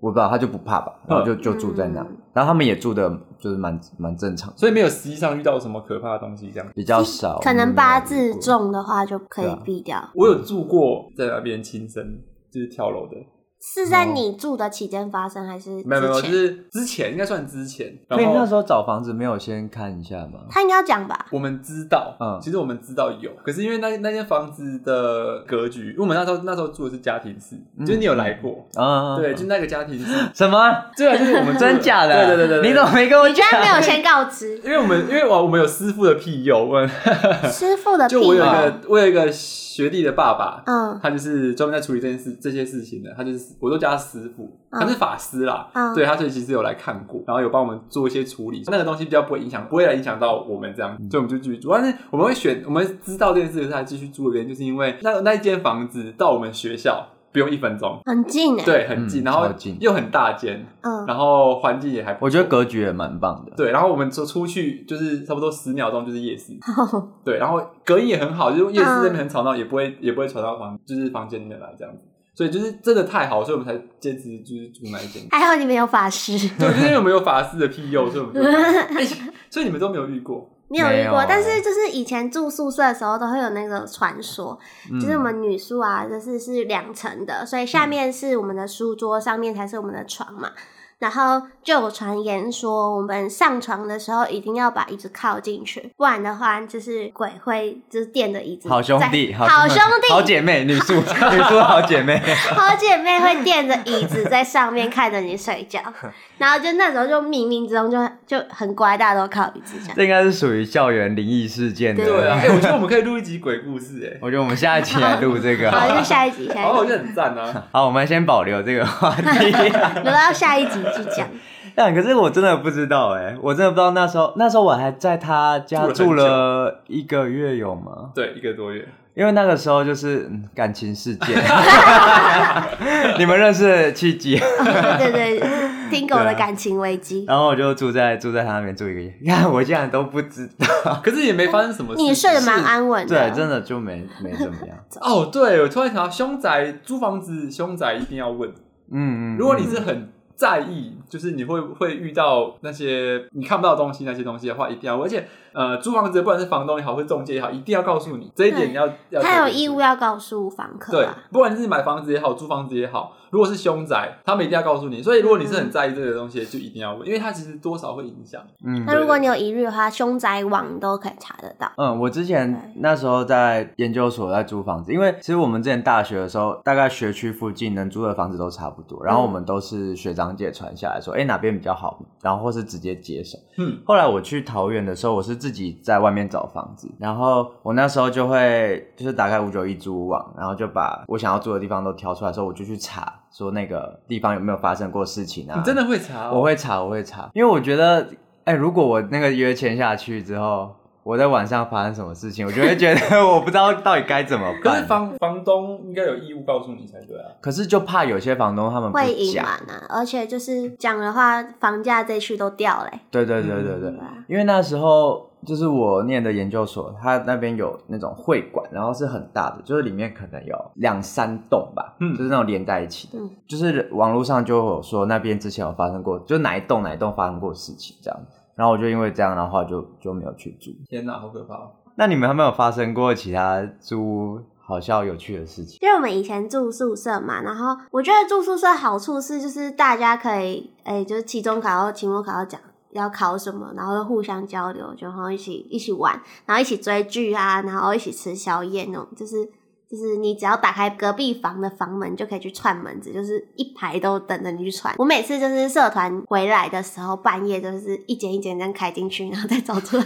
[SPEAKER 3] 我不知道，他就不怕
[SPEAKER 4] 嗯
[SPEAKER 3] 吧，然后就就住在那，
[SPEAKER 1] 嗯
[SPEAKER 3] 然后他们也住的就是蛮蛮正常，
[SPEAKER 4] 所以没有实际上遇到什么可怕的东西这样。
[SPEAKER 3] 比较少。
[SPEAKER 1] 可能八
[SPEAKER 4] 嗯
[SPEAKER 1] 字
[SPEAKER 3] 重，
[SPEAKER 1] 重的话就可
[SPEAKER 3] 啊
[SPEAKER 1] 以避掉。
[SPEAKER 4] 我有住过在那边亲身就是跳楼的，
[SPEAKER 1] 是在
[SPEAKER 3] 哦
[SPEAKER 1] 你住的期间发生还是之
[SPEAKER 4] 没有没有，就
[SPEAKER 1] 前？
[SPEAKER 4] 是之前应该算之前，
[SPEAKER 3] 所以
[SPEAKER 4] 然
[SPEAKER 3] 那
[SPEAKER 4] 后
[SPEAKER 3] 时候找房子没有先看一下吗？
[SPEAKER 1] 他应该要讲
[SPEAKER 4] <laughs>
[SPEAKER 1] 吧？
[SPEAKER 4] 我们知道，
[SPEAKER 3] 嗯
[SPEAKER 4] 其实我们知道有，可是因为那那间房子的格局，因为我们那时候那时候住的是家庭式，就是你有来过，
[SPEAKER 3] 啊，
[SPEAKER 4] 对，就那个家庭式，
[SPEAKER 3] 什么？
[SPEAKER 4] 嗯 <laughs> 对啊，就是我们住
[SPEAKER 3] 真假的？
[SPEAKER 4] 对对对对，对
[SPEAKER 3] <laughs> 你怎么没跟我
[SPEAKER 1] 你居
[SPEAKER 3] 讲？
[SPEAKER 1] 然没有先告知
[SPEAKER 4] <laughs> 因为我们因为我我们有师傅的庇佑， <laughs> 我们
[SPEAKER 1] 师傅的屁
[SPEAKER 4] 就我有一
[SPEAKER 1] 哦
[SPEAKER 4] 个我有一个学弟的爸爸，
[SPEAKER 1] 嗯
[SPEAKER 4] 他就是专门在处理这件事这些事情的，他就是我都叫他师傅，
[SPEAKER 1] 嗯
[SPEAKER 4] 他是法师啦，
[SPEAKER 1] 嗯
[SPEAKER 4] 对他所以其实有来看过，然后有帮我们做一些处理，那个东西比较不会影响，不会来影响到我们这
[SPEAKER 3] 嗯
[SPEAKER 4] 样，所以我们就继续住。但是我们会选，我们知道这件事情，还继续住的原因，就是因为那那一间房子到我们学校不用一分钟，
[SPEAKER 1] 很近哎，
[SPEAKER 4] 对，很近，
[SPEAKER 3] 嗯
[SPEAKER 4] 然后
[SPEAKER 3] 超近
[SPEAKER 4] 又很大间，
[SPEAKER 1] 嗯，
[SPEAKER 4] 然后环境也还不
[SPEAKER 3] 我
[SPEAKER 4] 错。
[SPEAKER 3] 觉得格局也蛮棒的。
[SPEAKER 4] 对，然后我们走出去就是差不多十秒钟就是夜市，对，然后隔音也很好，就是夜市那边很吵闹，也不会也不会传到房就是房间里面来这样子，所以就是真的太好，所以我们才坚持就是住那一间。
[SPEAKER 1] 还好你们有法师，
[SPEAKER 4] <laughs> 对，就是因为我们有法师的庇佑，所以我们就哎所以你们都没有遇过，
[SPEAKER 1] <laughs> 没有遇
[SPEAKER 2] 没
[SPEAKER 1] 过
[SPEAKER 2] 有，
[SPEAKER 3] 欸
[SPEAKER 1] 但是就是以前住宿舍的时候都会有那个传说，
[SPEAKER 3] 嗯
[SPEAKER 1] 就是我们女宿啊，就是是两层的，所以下面是我们的书桌，上面才是我们的床嘛。然后就有传言说，我们上床的时候一定要把椅子靠进去，不然的话就是鬼会就是垫着椅子在。
[SPEAKER 3] 好兄弟，
[SPEAKER 1] 好兄弟，
[SPEAKER 3] 好姐妹，女
[SPEAKER 4] <laughs>
[SPEAKER 3] 宿女宿好姐妹，
[SPEAKER 1] 好姐妹会垫着椅子在上面看着你睡
[SPEAKER 3] <laughs>
[SPEAKER 1] 觉，然后就那时候就冥冥之中就就很乖，大家都靠椅子这样。
[SPEAKER 3] 这应该是属于校园灵异事件的。
[SPEAKER 4] 对啊，哎、我觉得我们可以录一集鬼故事、
[SPEAKER 1] <laughs>
[SPEAKER 3] 我觉得我们下一期来录这个好
[SPEAKER 1] 好，就
[SPEAKER 3] 了。
[SPEAKER 1] 下一集，
[SPEAKER 4] 哎，
[SPEAKER 1] 下
[SPEAKER 3] 哦
[SPEAKER 4] 好，我
[SPEAKER 1] 一
[SPEAKER 4] 觉
[SPEAKER 1] 集，
[SPEAKER 4] 得很赞啊。
[SPEAKER 3] <laughs> 好，我们先保留这个话
[SPEAKER 1] <laughs>
[SPEAKER 3] 题。
[SPEAKER 1] 留到下一集去讲。
[SPEAKER 3] 但可是我真的不知道哎、我真的不知道那时候，那时候我还在他家
[SPEAKER 4] 住
[SPEAKER 3] 住
[SPEAKER 4] 了很久
[SPEAKER 3] 了一个月有吗？
[SPEAKER 4] 对，一个多月，
[SPEAKER 3] 因为那个时候就是、嗯感情
[SPEAKER 1] <laughs>
[SPEAKER 3] 事件， <laughs> 你们认识的契机，
[SPEAKER 1] 对对对，听狗的感情危机。
[SPEAKER 3] 然后我就住在住在他那边住一个月，你看我竟然都不知道，
[SPEAKER 4] 可是也没发生什么事。
[SPEAKER 1] 你睡得蛮安稳的，啊
[SPEAKER 3] 对，真的就没没怎么样，
[SPEAKER 4] 哦，对，我突然想到，凶宅租房子，凶宅一定要问。
[SPEAKER 3] 嗯嗯，
[SPEAKER 4] 如果
[SPEAKER 3] 嗯
[SPEAKER 4] 你是很在意，就是你会会遇到那些你看不到的东西，那些东西的话，一定要问。而且，呃，租房子不管是房东也好，或是中介也好，一定要告诉你这一
[SPEAKER 1] 对
[SPEAKER 4] 点你要要
[SPEAKER 1] 他有
[SPEAKER 4] 特别注意
[SPEAKER 1] 义务要告诉房客啊
[SPEAKER 4] 对
[SPEAKER 1] 吧？，
[SPEAKER 4] 不管是买房子也好，租房子也好，如果是凶宅，他们一定要告诉你。所以，如果你是很在意这个东西，就一定要问，因为它其实多少会影响。
[SPEAKER 3] 嗯
[SPEAKER 1] 那如果你有疑虑的话，凶宅网都可以查得到。
[SPEAKER 3] 嗯，我之前
[SPEAKER 1] 对
[SPEAKER 3] 那时候在研究所在租房子，因为其实我们之前大学的时候，大概学区附近能租的房子都差不多，然后我们都是学长姐传下来说，哎、哪边比较好，然后或是直接接手。
[SPEAKER 4] 嗯，
[SPEAKER 3] 后来我去桃园的时候，我是自己在外面找房子，然后我那时候就会就是打开五九一租屋网，然后就把我想要住的地方都挑出来之后，我就去查说那个地方有没有发生过事情啊，
[SPEAKER 4] 你真的会查、哦
[SPEAKER 3] 我，会查，我会查，因为我觉得，哎、如果我那个约签下去之后，我在晚上发生什么事情，我就会觉得 <laughs> 我不知道到底该怎么办。
[SPEAKER 4] 可是房房东应该有义务告诉你才对啊。
[SPEAKER 3] 可是就怕有些房东他们不
[SPEAKER 1] 会隐
[SPEAKER 3] 讲，
[SPEAKER 1] 瞒啊，而且就是讲的话，房价这区都掉嘞、欸
[SPEAKER 3] 对对对对对，
[SPEAKER 1] 对吧？
[SPEAKER 3] 因为那时候就是我念的研究所，它那边有那种会馆，然后是很大的，就是里面可能有两三栋吧，
[SPEAKER 4] 嗯
[SPEAKER 3] 就是那种连在一起的，
[SPEAKER 1] 嗯
[SPEAKER 3] 就是网络上就有说那边之前有发生过，就是哪一栋哪一栋发生过事情这样。然后我就因为这样的话就就没有去住，
[SPEAKER 4] 天哪，好可怕、哦！
[SPEAKER 3] 那你们有没有发生过其他租屋好笑有趣的事情？ <laughs>
[SPEAKER 1] 因为我们以前住宿舍嘛，然后我觉得住宿舍好处是，就是大家可以，哎、就是期中考或期末考要讲要考什么，然后又互相交流，然后一起一起玩，然后一起追剧啊，然后一起吃宵夜那种，就是就是你只要打开隔壁房的房门就可以去串门子，就是一排都等着你去串。我每次就是社团回来的时候，半夜就是一间一间这样开进去，然后再走出来，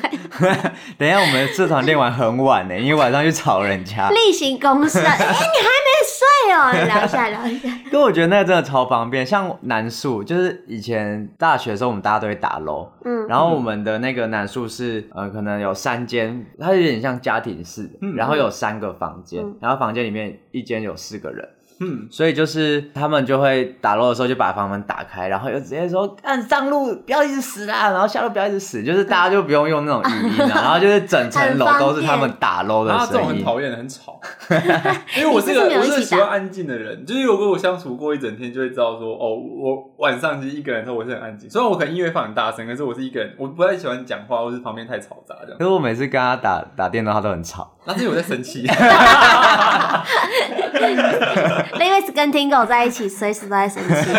[SPEAKER 3] 等一下我们社团练完很晚呢、因为晚上去吵人家。 <laughs>
[SPEAKER 1] 例行公事啊。哎、你还没睡哦、聊一下聊一下。
[SPEAKER 3] 可我觉得那个真的超方便，像南宿，就是以前大学的时候我们大家都会打楼，
[SPEAKER 1] 嗯，
[SPEAKER 3] 然后我们的那个南宿是呃可能有三间，它有点像家庭式，
[SPEAKER 4] 嗯
[SPEAKER 3] 然后有三个房间
[SPEAKER 1] 嗯，
[SPEAKER 3] 然后房间里面一间有四个人。
[SPEAKER 4] 嗯，
[SPEAKER 3] 所以就是他们就会打漏的时候就把房门打开，然后就直接说按上路不要一直死啦，然后下路不要一直死，就是大家就不用用那种语音了、
[SPEAKER 4] <laughs>
[SPEAKER 3] 然后就是整层楼都是他们打漏的
[SPEAKER 4] 然啊后这种
[SPEAKER 3] 声
[SPEAKER 4] 很
[SPEAKER 3] 音。
[SPEAKER 4] 讨厌的，很吵。因为我是
[SPEAKER 1] 你是
[SPEAKER 4] 个
[SPEAKER 1] 不是没有
[SPEAKER 4] 我是
[SPEAKER 1] 一
[SPEAKER 4] 个
[SPEAKER 1] 起
[SPEAKER 4] 喜欢
[SPEAKER 1] 打
[SPEAKER 4] 安静的人，就是如果我相处过一整天，就会知道说，哦，我晚上其实一个人的时候我是很安静。虽然我可能音乐放很大声，可是我是一个人，我不太喜欢讲话，或是旁边太嘈杂这样。
[SPEAKER 3] 可是我每次跟他打打电动，他都很吵。
[SPEAKER 4] 那是因为我在生气。
[SPEAKER 1] 因为跟听狗在一起，随时都在生
[SPEAKER 4] <laughs>
[SPEAKER 1] 气。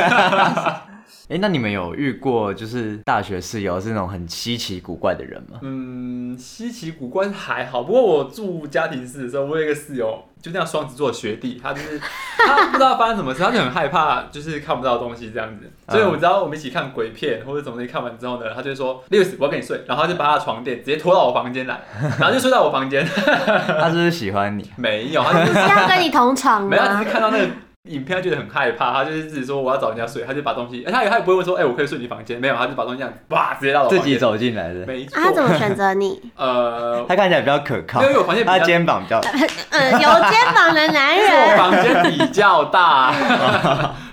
[SPEAKER 3] 哎，那你们有遇过就是大学室友是那种很稀奇古怪的人吗？
[SPEAKER 4] 嗯，稀奇古怪还好，不过我住家庭室的时候，我有一个室友，就那样双子座的学弟，他就是 <laughs> 他不知道发生什么事，他就很害怕，就是看不到东西这样子。
[SPEAKER 3] 啊
[SPEAKER 4] 所以我知道我们一起看鬼片或者什么东西，看完之后呢，他就会说 Lewis，我要跟你睡，然后他就把他的床垫直接拖到我房间来， <laughs> 然后就睡到我房间。 <laughs>
[SPEAKER 3] 他是不是喜欢你？
[SPEAKER 4] 没有，他就是
[SPEAKER 1] 是要跟你同床
[SPEAKER 4] 没有，他只
[SPEAKER 1] 吗？啊
[SPEAKER 4] 是看到那个。影片他觉得很害怕，他就是自己说我要找人家睡，他就把东西，他也他也不会问说，哎、我可以睡你房间？没有，他就把东西这样，哇，直接到我
[SPEAKER 3] 自
[SPEAKER 4] 房
[SPEAKER 3] 己
[SPEAKER 4] 间。
[SPEAKER 3] 走进来的，
[SPEAKER 4] 没错
[SPEAKER 1] 啊，他。怎么选择
[SPEAKER 4] <laughs>
[SPEAKER 1] 你？
[SPEAKER 4] 呃，
[SPEAKER 3] 他看起来比较可靠，
[SPEAKER 4] 因为我房间比
[SPEAKER 3] 他
[SPEAKER 4] 较
[SPEAKER 3] 肩膀比较
[SPEAKER 1] 呃嗯，有肩膀的男
[SPEAKER 4] 是我
[SPEAKER 1] 人。
[SPEAKER 4] 房间比较大，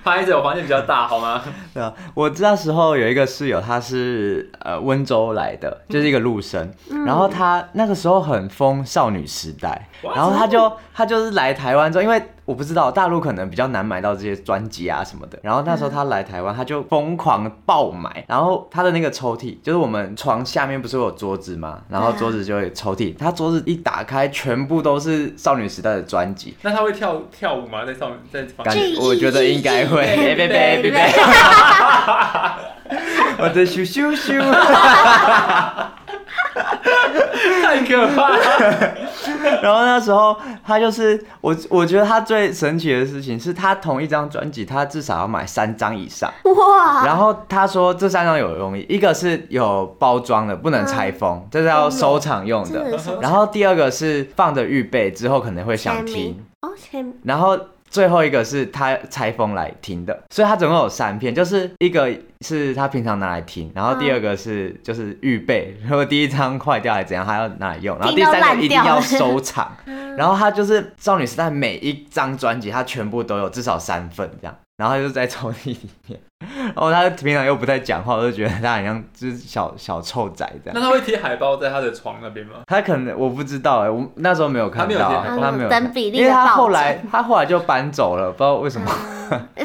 [SPEAKER 4] 拍着我房间比较大，好吗？
[SPEAKER 3] <laughs> 对啊，我那时候有一个室友，他是呃温州来的，就是一个陆生，然后他那个时候很疯少女时代，然后他就他就是来台湾之后，因为我不知道大陆可能比较难买到这些专辑啊什么的，然后那时候他来台湾，他就疯狂爆买，然后他的那个抽屉，就是我们床下面不是有桌子吗？然后桌子就会抽屉，他桌子一打开，全部都是少女时代的专辑，
[SPEAKER 4] 那他会跳跳舞吗？在上面，在房
[SPEAKER 3] 感
[SPEAKER 4] 间？
[SPEAKER 3] 觉我觉得应该会，别别别别别。 <laughs> 我的咻咻 <laughs> 咻，
[SPEAKER 4] 太可怕了！
[SPEAKER 3] 然后那时候他就是我，我觉得他最神奇的事情是他同一张专辑，他至少要买三张以上。
[SPEAKER 1] 哇，
[SPEAKER 3] 然后他说这三张有用意，一个是有包装的，不能拆嗯封，这是要收藏用
[SPEAKER 1] 真
[SPEAKER 3] 的
[SPEAKER 1] 的。是
[SPEAKER 3] 然后第二个是放着预备之后可能会想
[SPEAKER 1] 签
[SPEAKER 3] 听
[SPEAKER 1] 名，哦，签名
[SPEAKER 3] 然后最后一个是他拆封来听的，所以他总共有三片，就是一个是他平常拿来听，然后第二个是、就是预备，如果第一张坏掉还是怎样，他要拿来用，然后第三个一定要收藏，然后他就是少女时代每一张专辑，他全部都有至少三份这样。然后他就在抽屉里面，然后他平常又不太讲话，我就觉得他好像就是小小臭仔这
[SPEAKER 4] 那
[SPEAKER 3] 样。
[SPEAKER 4] 他会贴海报在他的床那边吗？
[SPEAKER 3] 他可能我不知道哎、我那时候没有看
[SPEAKER 4] 他没有
[SPEAKER 3] 到
[SPEAKER 4] 贴海
[SPEAKER 3] 啊，
[SPEAKER 4] 报
[SPEAKER 3] 他没有看，
[SPEAKER 1] 等比例
[SPEAKER 3] 因为
[SPEAKER 1] 的
[SPEAKER 3] 他
[SPEAKER 1] 暴
[SPEAKER 3] 后
[SPEAKER 1] 增
[SPEAKER 3] 来他后来就搬走了，不知道为什 <laughs> 么。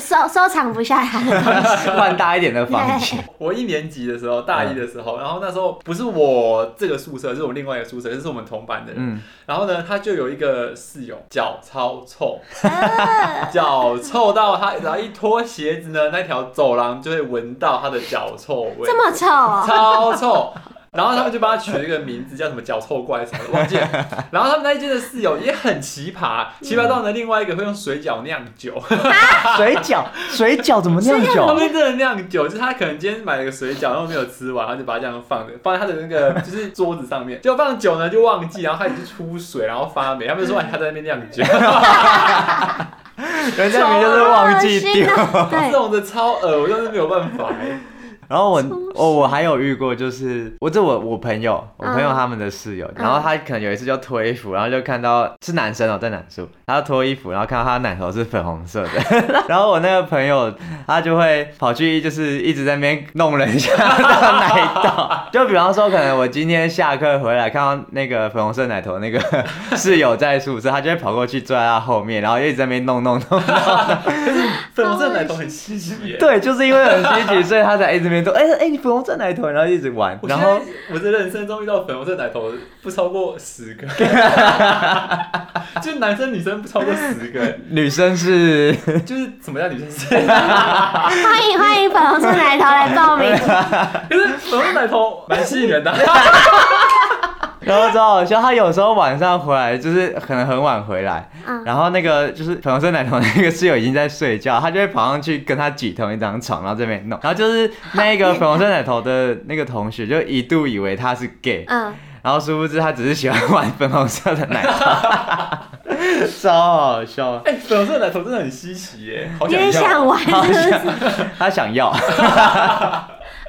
[SPEAKER 1] 收收藏不下
[SPEAKER 4] <laughs>
[SPEAKER 1] 来，
[SPEAKER 3] 换大一点的房间。
[SPEAKER 4] 我一年级的时候，大一的时候，然后那时候不是我这个宿舍，是我们另外一个宿舍，就是我们同班的人。
[SPEAKER 3] 嗯，
[SPEAKER 4] 然后呢，他就有一个室友脚超臭，
[SPEAKER 1] 啊
[SPEAKER 4] <laughs> 脚臭到他只要一脱鞋子呢，那条走廊就会闻到他的脚臭味，
[SPEAKER 1] 这么臭哦，
[SPEAKER 4] <laughs> 超臭。然后他们就帮他取了一个名字，叫什么“脚臭怪”什么的，忘记了。然后他们那一间的室友也很奇葩，奇葩到呢，另外一个会用水饺酿酒。
[SPEAKER 3] <laughs> 水饺，水饺怎么酿
[SPEAKER 4] 他
[SPEAKER 3] 酒？
[SPEAKER 4] 们真的酿酒，就是他可能今天买了个水饺，然后没有吃完，然后就把它这样放着，放在他的那个就是桌子上面，结果放久呢就忘记，然后开始出水，然后发霉。他们说哎他在那边酿酒，
[SPEAKER 3] <laughs> 人家明明就是忘记丢。
[SPEAKER 1] 好恶心
[SPEAKER 4] 这
[SPEAKER 1] 哦
[SPEAKER 4] 种的超恶，我真的是没有办法欸。
[SPEAKER 3] 然后我，哦，我还有遇过，就是我这我我朋友，我朋友他们的室友，然后他可能有一次就脱衣服，然后就看到是男生哦，在男宿，他脱衣服，然后看到他奶头是粉红色的，然后我那个朋友他就会跑去就是一直在那边弄人家的奶头，就比方说可能我今天下课回来看到那个粉红色奶头那个室友在宿舍，他就会跑过去坐在他后面，然后一直在那边弄弄弄。
[SPEAKER 4] 粉红色奶头很稀奇耶。
[SPEAKER 3] 对，就是因为很稀奇，所以他才一直没说，哎、哎、你粉红色奶头，然后一直玩，
[SPEAKER 4] 我
[SPEAKER 3] 然
[SPEAKER 4] 现
[SPEAKER 3] 后
[SPEAKER 4] 在我的人生中遇到粉红色奶头不超过十 <laughs> 个，就男生女生不超过十 <laughs> 个欸，
[SPEAKER 3] 女生是，
[SPEAKER 4] 就是怎么样女生是，
[SPEAKER 1] 欢迎欢迎粉红色奶头来报
[SPEAKER 4] <laughs>
[SPEAKER 1] 名，
[SPEAKER 4] 可是粉红色奶头 <laughs> 蛮吸引人
[SPEAKER 3] <laughs>
[SPEAKER 4] 的。啊
[SPEAKER 3] 然后超好笑，他有时候晚上回来就是可能很晚回来，
[SPEAKER 1] 嗯
[SPEAKER 3] 然后那个就是粉红色奶头那个室友已经在睡觉，他就会跑上去跟他挤同一张床，然后这边弄，然后就是
[SPEAKER 1] <laughs>
[SPEAKER 3] 那个粉红色奶头的那个同学就一度以为他是 gay，
[SPEAKER 1] 嗯，
[SPEAKER 3] 然后殊不知他只是喜欢玩粉红色的奶头，超好笑，
[SPEAKER 4] <laughs> 哎、粉红色奶头真的很稀奇耶，好
[SPEAKER 1] 有
[SPEAKER 4] 想
[SPEAKER 1] 点
[SPEAKER 4] 要。
[SPEAKER 1] 想玩，是不是
[SPEAKER 3] 他想要。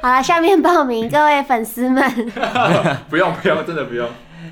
[SPEAKER 1] 好了，下面报名各位粉丝们，
[SPEAKER 4] <laughs> 不用不用，真的不用。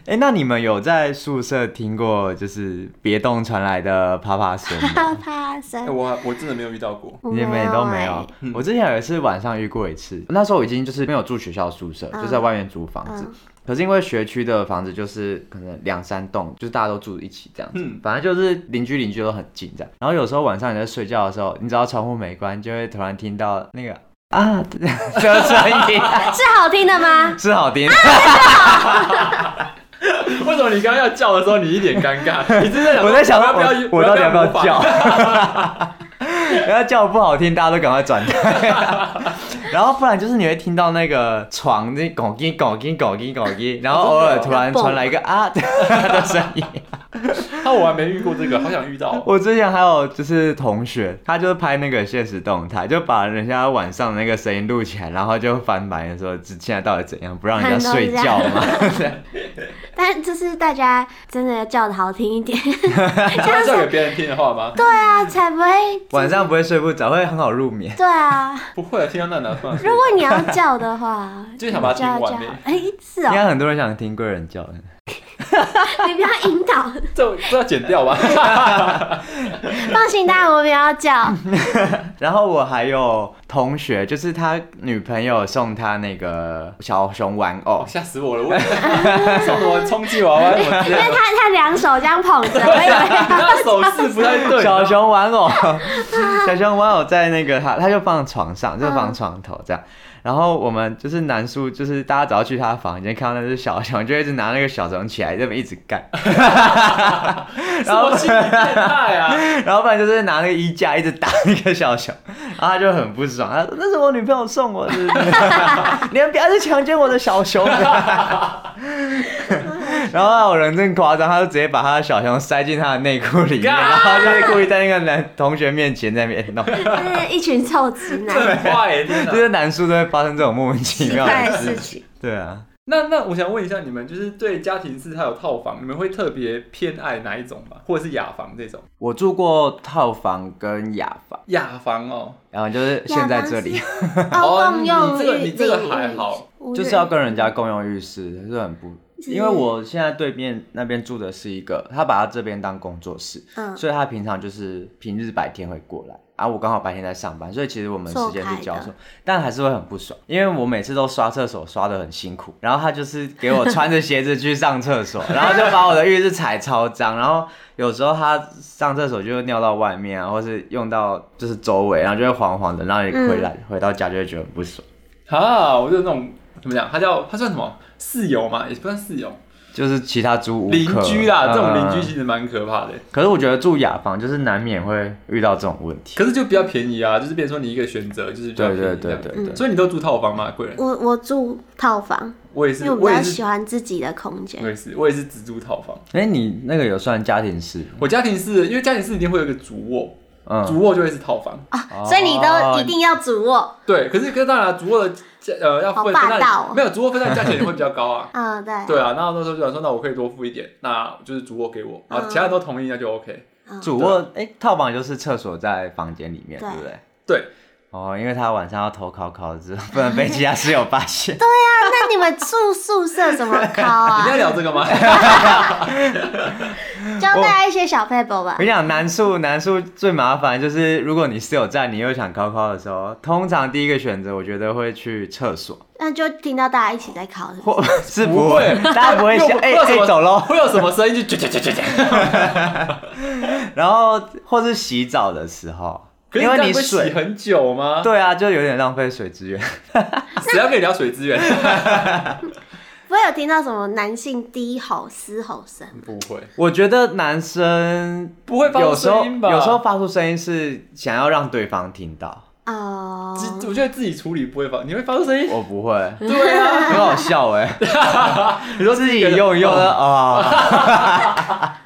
[SPEAKER 3] 哎、那你们有在宿舍听过就是别动传来的啪啪声吗？
[SPEAKER 1] 啪啪
[SPEAKER 4] 哎、
[SPEAKER 1] 声，
[SPEAKER 4] 我我真的没有遇到过。
[SPEAKER 1] 我
[SPEAKER 3] 你们都没
[SPEAKER 1] 欸
[SPEAKER 3] 有。我之前有一次晚上遇过一次，那时候我已经就是没有住学校宿舍，
[SPEAKER 1] 嗯
[SPEAKER 3] 就在外面租房子。
[SPEAKER 1] 嗯
[SPEAKER 3] 可是因为学区的房子就是可能两三栋，就是大家都住一起这样子，
[SPEAKER 4] <laughs> 嗯
[SPEAKER 3] 反正就是邻居邻居都很近这样。然后有时候晚上你在睡觉的时候，你只要窗户没关，就会突然听到那个啊 <laughs> 的声音，
[SPEAKER 1] 是好听的吗？
[SPEAKER 3] 是好听。
[SPEAKER 4] 为什么你刚刚要叫的时候你一脸尴尬？你真
[SPEAKER 3] <laughs>
[SPEAKER 4] 的
[SPEAKER 3] 我在想
[SPEAKER 4] 要
[SPEAKER 3] 说
[SPEAKER 4] 不要
[SPEAKER 3] 我我到底要不要
[SPEAKER 4] 模仿
[SPEAKER 3] 叫？然后叫 <laughs> 不好听，大家都赶快转台。 <laughs> 然后不然就是你会听到那个床那拱叽拱叽拱叽拱叽，然后偶尔突然传来一个啊的声音。
[SPEAKER 4] <laughs> 那我还没遇过这个，好想遇到。
[SPEAKER 3] <laughs>
[SPEAKER 4] 哦
[SPEAKER 3] 我之前还有就是同学，他就是拍那个现实动态，就把人家晚上那个声音录起来，然后就翻白眼说：“这现在到底怎样？不让人家睡觉吗？” <laughs>
[SPEAKER 1] 但就是大家真的叫的好听一
[SPEAKER 4] <laughs>
[SPEAKER 1] 点，
[SPEAKER 4] 这样叫给别人听的话吗？
[SPEAKER 1] 对啊，才不会。
[SPEAKER 3] 晚上不会睡不着，会很好
[SPEAKER 1] <laughs>
[SPEAKER 3] 入眠。
[SPEAKER 1] 对啊，
[SPEAKER 4] 不会啊，听到那哪算？
[SPEAKER 1] 如果你要叫的话，
[SPEAKER 4] 就想把它
[SPEAKER 1] 你就要
[SPEAKER 4] 听完欸
[SPEAKER 1] 叫
[SPEAKER 4] 呗
[SPEAKER 1] 哎，是
[SPEAKER 3] 应
[SPEAKER 1] 哦，
[SPEAKER 3] 该很多人想听贵人叫的。
[SPEAKER 1] 你不要引导，
[SPEAKER 4] 这这要剪
[SPEAKER 1] <laughs>
[SPEAKER 4] 掉吧？
[SPEAKER 1] 放心，大家我不要
[SPEAKER 4] <laughs>
[SPEAKER 1] 叫。
[SPEAKER 3] 然后我还有同学，就是他女朋友送他那个小熊玩 <laughs> 偶，
[SPEAKER 4] 哦吓死我了！ <laughs> 我送什么充气娃娃什 <laughs> 么之
[SPEAKER 1] 因
[SPEAKER 4] 类
[SPEAKER 1] 为
[SPEAKER 4] 的，
[SPEAKER 1] 他他两手这样捧着，我
[SPEAKER 4] 哎
[SPEAKER 1] 以为
[SPEAKER 4] 那手势不太 <laughs> 对。
[SPEAKER 3] 小熊玩偶，小熊玩偶在那个他他就放床上，就放床头这样。然后我们就是男宿，就是大家只要去他房间看到那只小熊，就一直拿那个小熊起来这么一直干，
[SPEAKER 4] 然后心理变态啊！
[SPEAKER 3] <laughs> 然后不然就是拿那个衣架一直打那个小熊，然后他就很不爽，他说那是我女朋友送我的， <laughs> 你们不要去强奸我的小熊。 <laughs> 然后有人真夸张，他就直接把他的小熊塞进他的内裤 <laughs> 里面，然后就是故意在那个男同学面前在那边 <laughs> 弄。
[SPEAKER 1] 是一群臭直男，
[SPEAKER 4] 很坏 <laughs> 耶，天哪
[SPEAKER 3] 这！些男宿都会发生这种莫名其
[SPEAKER 1] 奇
[SPEAKER 3] 妙
[SPEAKER 1] 怪
[SPEAKER 3] 的
[SPEAKER 1] 的
[SPEAKER 3] 事
[SPEAKER 1] 事
[SPEAKER 3] 情。
[SPEAKER 1] 情。
[SPEAKER 3] 对啊，
[SPEAKER 4] 那那我想问一下，你们就是对家庭式还有套房，你们会特别偏爱哪一种吗？或者是雅房这种？
[SPEAKER 3] 我住过套房跟雅房，
[SPEAKER 4] 雅房哦，
[SPEAKER 3] 然后就是现在这里
[SPEAKER 1] 雅哦，共用
[SPEAKER 4] 你这个
[SPEAKER 1] 浴
[SPEAKER 4] 你这个还好，
[SPEAKER 1] 淋浴
[SPEAKER 3] 就是要跟人家共用浴室，是很不。因为我现在对面那边住的是一个，他把他这边当工作室，
[SPEAKER 1] 嗯
[SPEAKER 3] 所以他平常就是平日白天会过来，啊，我刚好白天在上班，所以其实我们时间是交
[SPEAKER 1] 错开
[SPEAKER 3] 错
[SPEAKER 1] 的，
[SPEAKER 3] 但还是会很不爽，因为我每次都刷厕所刷的很辛苦，然后他就是给我穿着鞋子去上厕所，然后就把我的浴室踩超脏，然后有时候他上厕所就会尿到外面啊，或是用到就是周围，然后就会黄黄的，然后你
[SPEAKER 1] 嗯
[SPEAKER 3] 回来、回到家就会觉得很不爽，
[SPEAKER 4] 啊，我就那种怎么讲，他叫他算什么室友嘛，也不算室友，
[SPEAKER 3] 就是其他租屋
[SPEAKER 4] 邻
[SPEAKER 3] 客
[SPEAKER 4] 居啦，这种邻居
[SPEAKER 3] 嗯
[SPEAKER 4] 其实蛮可怕的。
[SPEAKER 3] 可是我觉得住雅房就是难免会遇到这种问题。
[SPEAKER 4] 可是就比较便宜啊，就是变成说你一个选择就是比较
[SPEAKER 3] 对
[SPEAKER 4] 便
[SPEAKER 3] 对
[SPEAKER 4] 宜这
[SPEAKER 3] 对
[SPEAKER 4] 样
[SPEAKER 3] 对对，
[SPEAKER 4] 所以你都住套房吗，贵人？
[SPEAKER 1] 我我住套房，
[SPEAKER 4] 我也
[SPEAKER 1] 嗯因
[SPEAKER 4] 是，
[SPEAKER 1] 为我比
[SPEAKER 4] 也
[SPEAKER 1] 较
[SPEAKER 4] 是
[SPEAKER 1] 喜，欢自己的空间
[SPEAKER 4] 我。也是，我也是只住套房。
[SPEAKER 3] 哎、你那个有算家庭式吗？
[SPEAKER 4] 我家庭是因为家庭是一定会有一个主卧，
[SPEAKER 3] 嗯，
[SPEAKER 4] 主卧就会是套房。
[SPEAKER 1] 啊所以你
[SPEAKER 4] 哦
[SPEAKER 1] 都一定要主卧。
[SPEAKER 4] 对，可是跟当然主卧的价呃要
[SPEAKER 1] 好
[SPEAKER 4] 分分
[SPEAKER 1] 霸
[SPEAKER 4] 散
[SPEAKER 1] 道哦。
[SPEAKER 4] 没有主卧分散价钱也会比较高啊
[SPEAKER 1] <laughs> 嗯，对，
[SPEAKER 4] 对啊，那那时候就想说，那我可以多付一点，那就是主卧给我，然后其他人都同意，那就 OK。
[SPEAKER 3] 主卧哎、套房就是厕所在房间里面，
[SPEAKER 1] 对
[SPEAKER 3] 对不对？
[SPEAKER 4] 啊对，
[SPEAKER 3] 哦，因为他晚上要偷考考，只不能被其他室友发
[SPEAKER 4] <laughs>
[SPEAKER 3] 现。
[SPEAKER 1] <laughs>
[SPEAKER 4] 啊
[SPEAKER 1] 那那你们住宿舍怎么考
[SPEAKER 4] 你
[SPEAKER 1] 啊
[SPEAKER 4] 在？聊这个吗？ <laughs>
[SPEAKER 1] 教大家一些小 paper 吧
[SPEAKER 4] 哦
[SPEAKER 3] 我跟。你讲，男宿男宿最麻烦就是，如果你室友在，你又想考考的时候，通常第一个选择我觉得会去厕
[SPEAKER 4] <laughs>
[SPEAKER 3] 所，
[SPEAKER 1] 那就听到大家一起在考，是不是
[SPEAKER 3] 或是
[SPEAKER 4] 不
[SPEAKER 3] 不
[SPEAKER 4] 会
[SPEAKER 3] 会， <laughs> 大家不会
[SPEAKER 4] 又 <laughs>
[SPEAKER 3] 想
[SPEAKER 4] 不
[SPEAKER 3] 哎
[SPEAKER 4] 又什
[SPEAKER 3] 哎
[SPEAKER 4] 么
[SPEAKER 3] 走喽，
[SPEAKER 4] 会有什么声音就啾啾啾啾啾？
[SPEAKER 3] 然后或是洗澡的时候，
[SPEAKER 4] 可是
[SPEAKER 3] 因为
[SPEAKER 4] 这样
[SPEAKER 3] 你
[SPEAKER 4] 不会洗
[SPEAKER 3] 水。
[SPEAKER 4] 很久 <laughs> 吗？
[SPEAKER 3] 对啊，就有点浪费水资源。 <laughs>
[SPEAKER 4] 谁要跟你聊水资源？
[SPEAKER 1] 不会有听到什么男性低吼、嘶吼声。
[SPEAKER 4] 不会，
[SPEAKER 3] 我觉得男生
[SPEAKER 4] 不会发
[SPEAKER 3] 有
[SPEAKER 4] 出
[SPEAKER 3] 时候
[SPEAKER 4] 声音吧？
[SPEAKER 3] 有时候发出声音是想要让对方听
[SPEAKER 4] <laughs>
[SPEAKER 3] 到，
[SPEAKER 1] 哦，
[SPEAKER 4] 自我觉得自己处理不会发，你会发出声
[SPEAKER 3] <laughs>
[SPEAKER 4] 音？
[SPEAKER 3] 我不会，
[SPEAKER 4] 对啊，
[SPEAKER 3] 很好笑
[SPEAKER 4] <laughs>
[SPEAKER 3] 哎、
[SPEAKER 4] 你说
[SPEAKER 3] 自己用
[SPEAKER 4] <laughs>
[SPEAKER 3] 一用呢啊，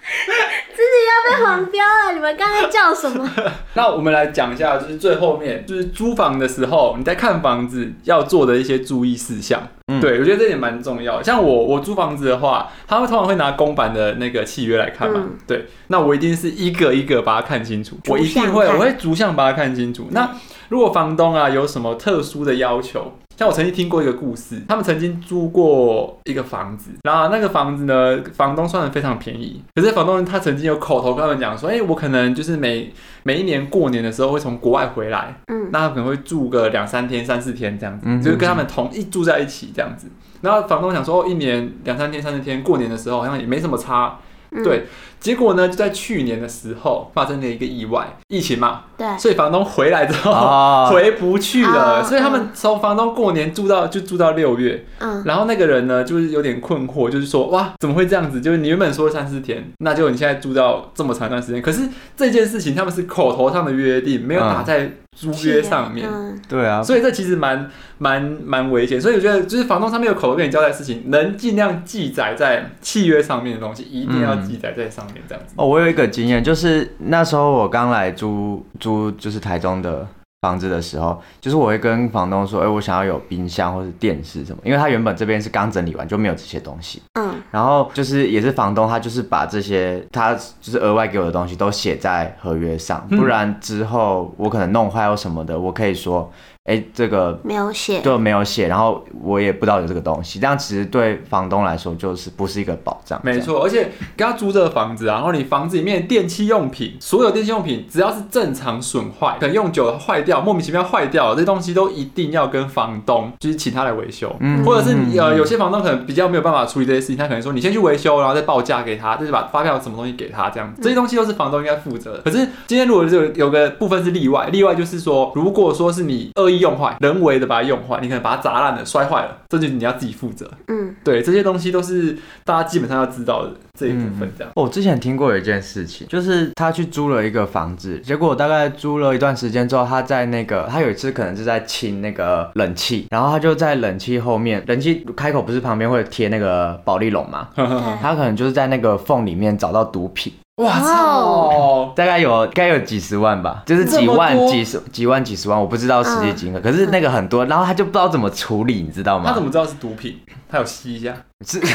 [SPEAKER 1] 自己要被黄标了，你们刚才叫什
[SPEAKER 4] <laughs>
[SPEAKER 1] 么？
[SPEAKER 4] 那我们来讲一下，就是最后面，就是租房的时候，你在看房子要做的一些注意事项。
[SPEAKER 3] 嗯
[SPEAKER 4] 对，我觉得这点蛮重要。像我，我租房子的话，他们通常会拿公版的那个契约来看嘛。
[SPEAKER 1] 嗯
[SPEAKER 4] 对，那我一定是一个一个把它看清楚，
[SPEAKER 1] 逐
[SPEAKER 4] 我一定会，
[SPEAKER 1] 项看
[SPEAKER 4] 我会逐项把它看清楚。那如果房东啊有什么特殊的要求，像我曾经听过一个故事，他们曾经租过一个房子，然后那个房子呢，房东算的非常便宜，可是房东他曾经有口头跟他们讲说，哎、我可能就是每每一年过年的时候会从国外回来，
[SPEAKER 1] 嗯，
[SPEAKER 4] 那他可能会住个两三天、三四天这样子，
[SPEAKER 3] 嗯哼
[SPEAKER 4] 就是跟他们同一住在一起这样子。然后房东想说，哦，一年两三天、三四天，过年的时候好像也没什么差，
[SPEAKER 1] 嗯
[SPEAKER 4] 对。结果呢，就在去年的时候发生了一个意外，疫情嘛，
[SPEAKER 1] 对，
[SPEAKER 4] 所以房东回来之后、
[SPEAKER 3] 哦
[SPEAKER 4] 回不去了，
[SPEAKER 1] 哦
[SPEAKER 4] 所以他们从房东过年住到就住到六月，
[SPEAKER 1] 嗯，
[SPEAKER 4] 然后那个人呢就是有点困惑，就是说哇怎么会这样子？就是你原本说三四天，那就你现在住到这么长一段时间，可是这件事情他们是口头上的约定，没有打在租约上面。
[SPEAKER 1] 嗯，
[SPEAKER 3] 对啊，
[SPEAKER 4] 所以这其实蛮蛮蛮危险，所以我觉得就是房东上面有口头跟你交代的事情，能尽量记载在契约上面的东西，一定要
[SPEAKER 3] 嗯
[SPEAKER 4] 记载在上面，这样子。
[SPEAKER 3] 哦，我有一个经验，就是那时候我刚来租租就是台中的房子的时候，就是我会跟房东说，哎、我想要有冰箱或是电视什么，因为他原本这边是刚整理完就没有这些东西，
[SPEAKER 1] 嗯，
[SPEAKER 3] 然后就是也是房东，他就是把这些他就是额外给我的东西都写在合约上，不然之后我可能弄坏或什么的，我可以说哎，这个
[SPEAKER 1] 没有写，
[SPEAKER 3] 就没有写，然后我也不知道有这个东西，这样其实对房东来说就是不是一个保障。
[SPEAKER 4] 没
[SPEAKER 3] 这样，
[SPEAKER 4] 错，而且给他租这个房子啊，然后你房子里面的电器用品，所有电器用品只要是正常损坏，可能用久了坏掉，莫名其妙坏掉了，这东西都一定要跟房东就是请他来维修，
[SPEAKER 3] 嗯
[SPEAKER 4] 或者是你呃有些房东可能比较没有办法处理这些事情，他可能说你先去维修，然后再报价给他，就是把发票什么东西给他这样，这些东西都是房东应该负责的。可是今天如果是有有个部分是例外，例外就是说，如果说是你恶意用坏，人为的把它用坏，你可能把它砸烂了、摔坏了，这就是你要自己负责。
[SPEAKER 1] 嗯，
[SPEAKER 4] 对，这些东西都是大家基本上要知道的这一部分，这样。
[SPEAKER 3] 哦我之前听过有一件事情，就是他去租了一个房子，结果大概租了一段时间之后，他在那个他有一次可能是在清那个冷气，然后他就在冷气后面，冷气开口不是旁边会贴那个保丽龙吗？
[SPEAKER 4] 嗯
[SPEAKER 1] 对
[SPEAKER 3] 他可能就是在那个缝里面找到毒品，
[SPEAKER 4] 哇
[SPEAKER 1] 哦
[SPEAKER 4] 操！
[SPEAKER 3] 大概有该有几十万吧，就是几
[SPEAKER 4] 这么
[SPEAKER 3] 万、
[SPEAKER 4] 多嗯
[SPEAKER 3] 几十、几万、几十万，我不知道实际金额，可是那个很多，然后他就不知道怎么处理，你知道吗？
[SPEAKER 4] 他怎么知道是毒品？他有吸一下，
[SPEAKER 3] <laughs> 是 <laughs> 是是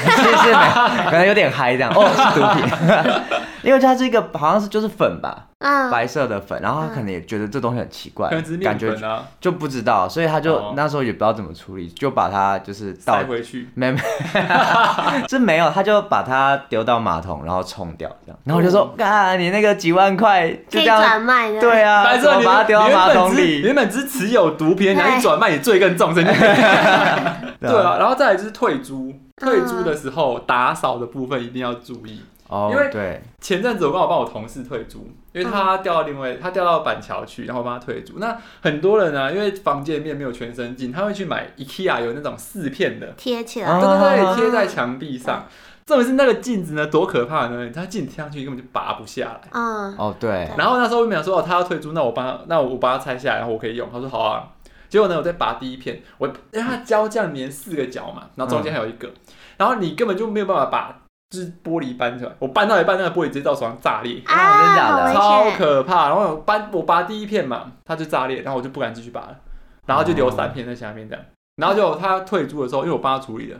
[SPEAKER 3] 没，可能有点嗨这
[SPEAKER 4] <laughs>
[SPEAKER 3] 样，哦，是毒品，因为它是一个好像是就是粉吧，
[SPEAKER 1] 嗯，
[SPEAKER 3] 白色的粉，然后他可能也觉得这东西很奇怪
[SPEAKER 4] 可能只是，
[SPEAKER 3] 感
[SPEAKER 4] 面
[SPEAKER 3] 觉
[SPEAKER 4] 粉啊，
[SPEAKER 3] 就不知道，所以他就
[SPEAKER 4] 哦
[SPEAKER 3] 那时候也不知道怎么处理，就把它就是倒
[SPEAKER 4] 塞回去。
[SPEAKER 3] 没没， <laughs> 是没有，他就把它丢到马桶，然后冲掉这样。然后我就
[SPEAKER 4] 哦
[SPEAKER 3] 说，啊，你那个几万块就
[SPEAKER 1] 可
[SPEAKER 3] 这
[SPEAKER 1] 以
[SPEAKER 3] 样
[SPEAKER 1] 转，卖的，
[SPEAKER 3] 对啊，
[SPEAKER 4] 白
[SPEAKER 3] 怎
[SPEAKER 4] 色，
[SPEAKER 3] 么
[SPEAKER 4] 你
[SPEAKER 3] 把它丢到马桶
[SPEAKER 4] 你
[SPEAKER 3] 里？哎
[SPEAKER 4] 原本只原本只持有毒品，然后一转卖，你罪更重，
[SPEAKER 3] <laughs>
[SPEAKER 4] 神经病。对啊，然后再来就是退租，
[SPEAKER 3] 嗯
[SPEAKER 4] 退租的时候打扫的部分一定要注意。
[SPEAKER 3] 哦
[SPEAKER 4] 因为，
[SPEAKER 3] 对，
[SPEAKER 4] 前阵子我刚好帮我同事退租，因为他调到另外，他调到板桥去，然后我帮他退租。那很多人呢、啊因为房间里面没有全身镜，他会去买 IKEA 有那种四片的，
[SPEAKER 1] 贴起
[SPEAKER 3] 啊
[SPEAKER 1] 来，
[SPEAKER 4] 对对对，贴在墙壁上。重点是那个镜子呢，多可怕呢！它镜子贴上去根本就拔不下来。
[SPEAKER 1] 嗯，
[SPEAKER 3] 哦对，
[SPEAKER 4] 然后那时候我们想说，哦，他要退租，那我帮他，那我帮他拆下来，然后我可以用。他说好啊。结果呢，我再拔第一片，我因为它胶匠粘四个角嘛，然后中间还有一个，然后你根本就没有办法把就是玻璃搬出来。我搬到一半，那个玻璃直接到手上炸裂，
[SPEAKER 3] 真的
[SPEAKER 1] 啊，
[SPEAKER 3] 假
[SPEAKER 1] 好
[SPEAKER 3] 的
[SPEAKER 1] 危
[SPEAKER 4] 超
[SPEAKER 1] 险，
[SPEAKER 4] 可怕。然后我搬我拔第一片嘛，它就炸裂，然后我就不敢继续拔了，然后就留三片在下面这样。然后就他退租的时候，因为我帮他处理了，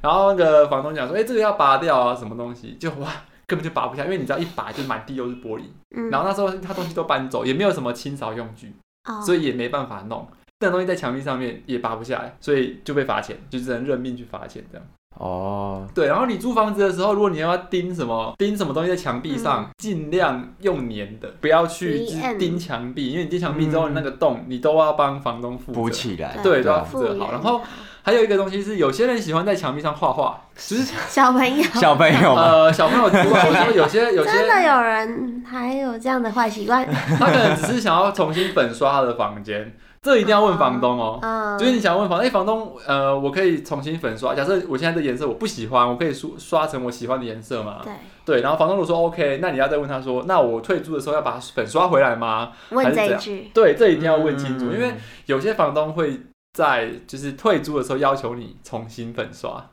[SPEAKER 4] 然后那个房东讲说，哎、这个要拔掉啊，什么东西，就哇。根本就拔不下，因为你知道一拔就满地都是玻璃。
[SPEAKER 1] 嗯，
[SPEAKER 4] 然后那时候他东西都搬走，也没有什么清扫用具，
[SPEAKER 1] 哦
[SPEAKER 4] 所以也没办法弄。那东西在墙壁上面也拔不下来，所以就被罚钱，就只能认命去罚钱这样。
[SPEAKER 3] 哦，
[SPEAKER 4] 对，然后你租房子的时候，如果你要钉什么钉什么东西在墙壁上，尽量用粘的，不要去
[SPEAKER 1] 泥
[SPEAKER 4] 就是
[SPEAKER 1] 摁
[SPEAKER 4] 钉墙壁，因为你钉墙壁之后，那个洞你都要帮房东负责。
[SPEAKER 3] 补起来，
[SPEAKER 4] 对
[SPEAKER 3] 对
[SPEAKER 4] 都要
[SPEAKER 3] 啊， <laughs>
[SPEAKER 4] 负责好。然
[SPEAKER 1] 复
[SPEAKER 4] 后还有一个东西是，有些人喜欢在墙壁上画画，
[SPEAKER 1] <laughs>
[SPEAKER 4] 就是
[SPEAKER 1] 原小朋友，
[SPEAKER 3] 小朋友嘛，
[SPEAKER 4] 呃小朋友之外，我说有些有些
[SPEAKER 1] 真的有人还有这样的坏习惯，
[SPEAKER 4] 他可能只是想要重新粉刷他的房间，这一定要问房东 <laughs> 哦。
[SPEAKER 1] 嗯，
[SPEAKER 4] 就是你想问房东，哎、房东，呃，我可以重新粉刷。假设我现在的颜色我不喜欢，我可以刷刷成我喜欢的颜色吗？
[SPEAKER 1] 对，
[SPEAKER 4] 对，然后房东如果说 OK，那你要再问他说，那我退租的时候要把粉刷回来吗？
[SPEAKER 1] 问这
[SPEAKER 4] 还是
[SPEAKER 1] 一
[SPEAKER 4] 怎
[SPEAKER 1] 句，
[SPEAKER 4] 对， <laughs> 这一定要问清楚，
[SPEAKER 3] 嗯
[SPEAKER 4] 因为有些房东会在就是退租的时候要求你重新粉刷，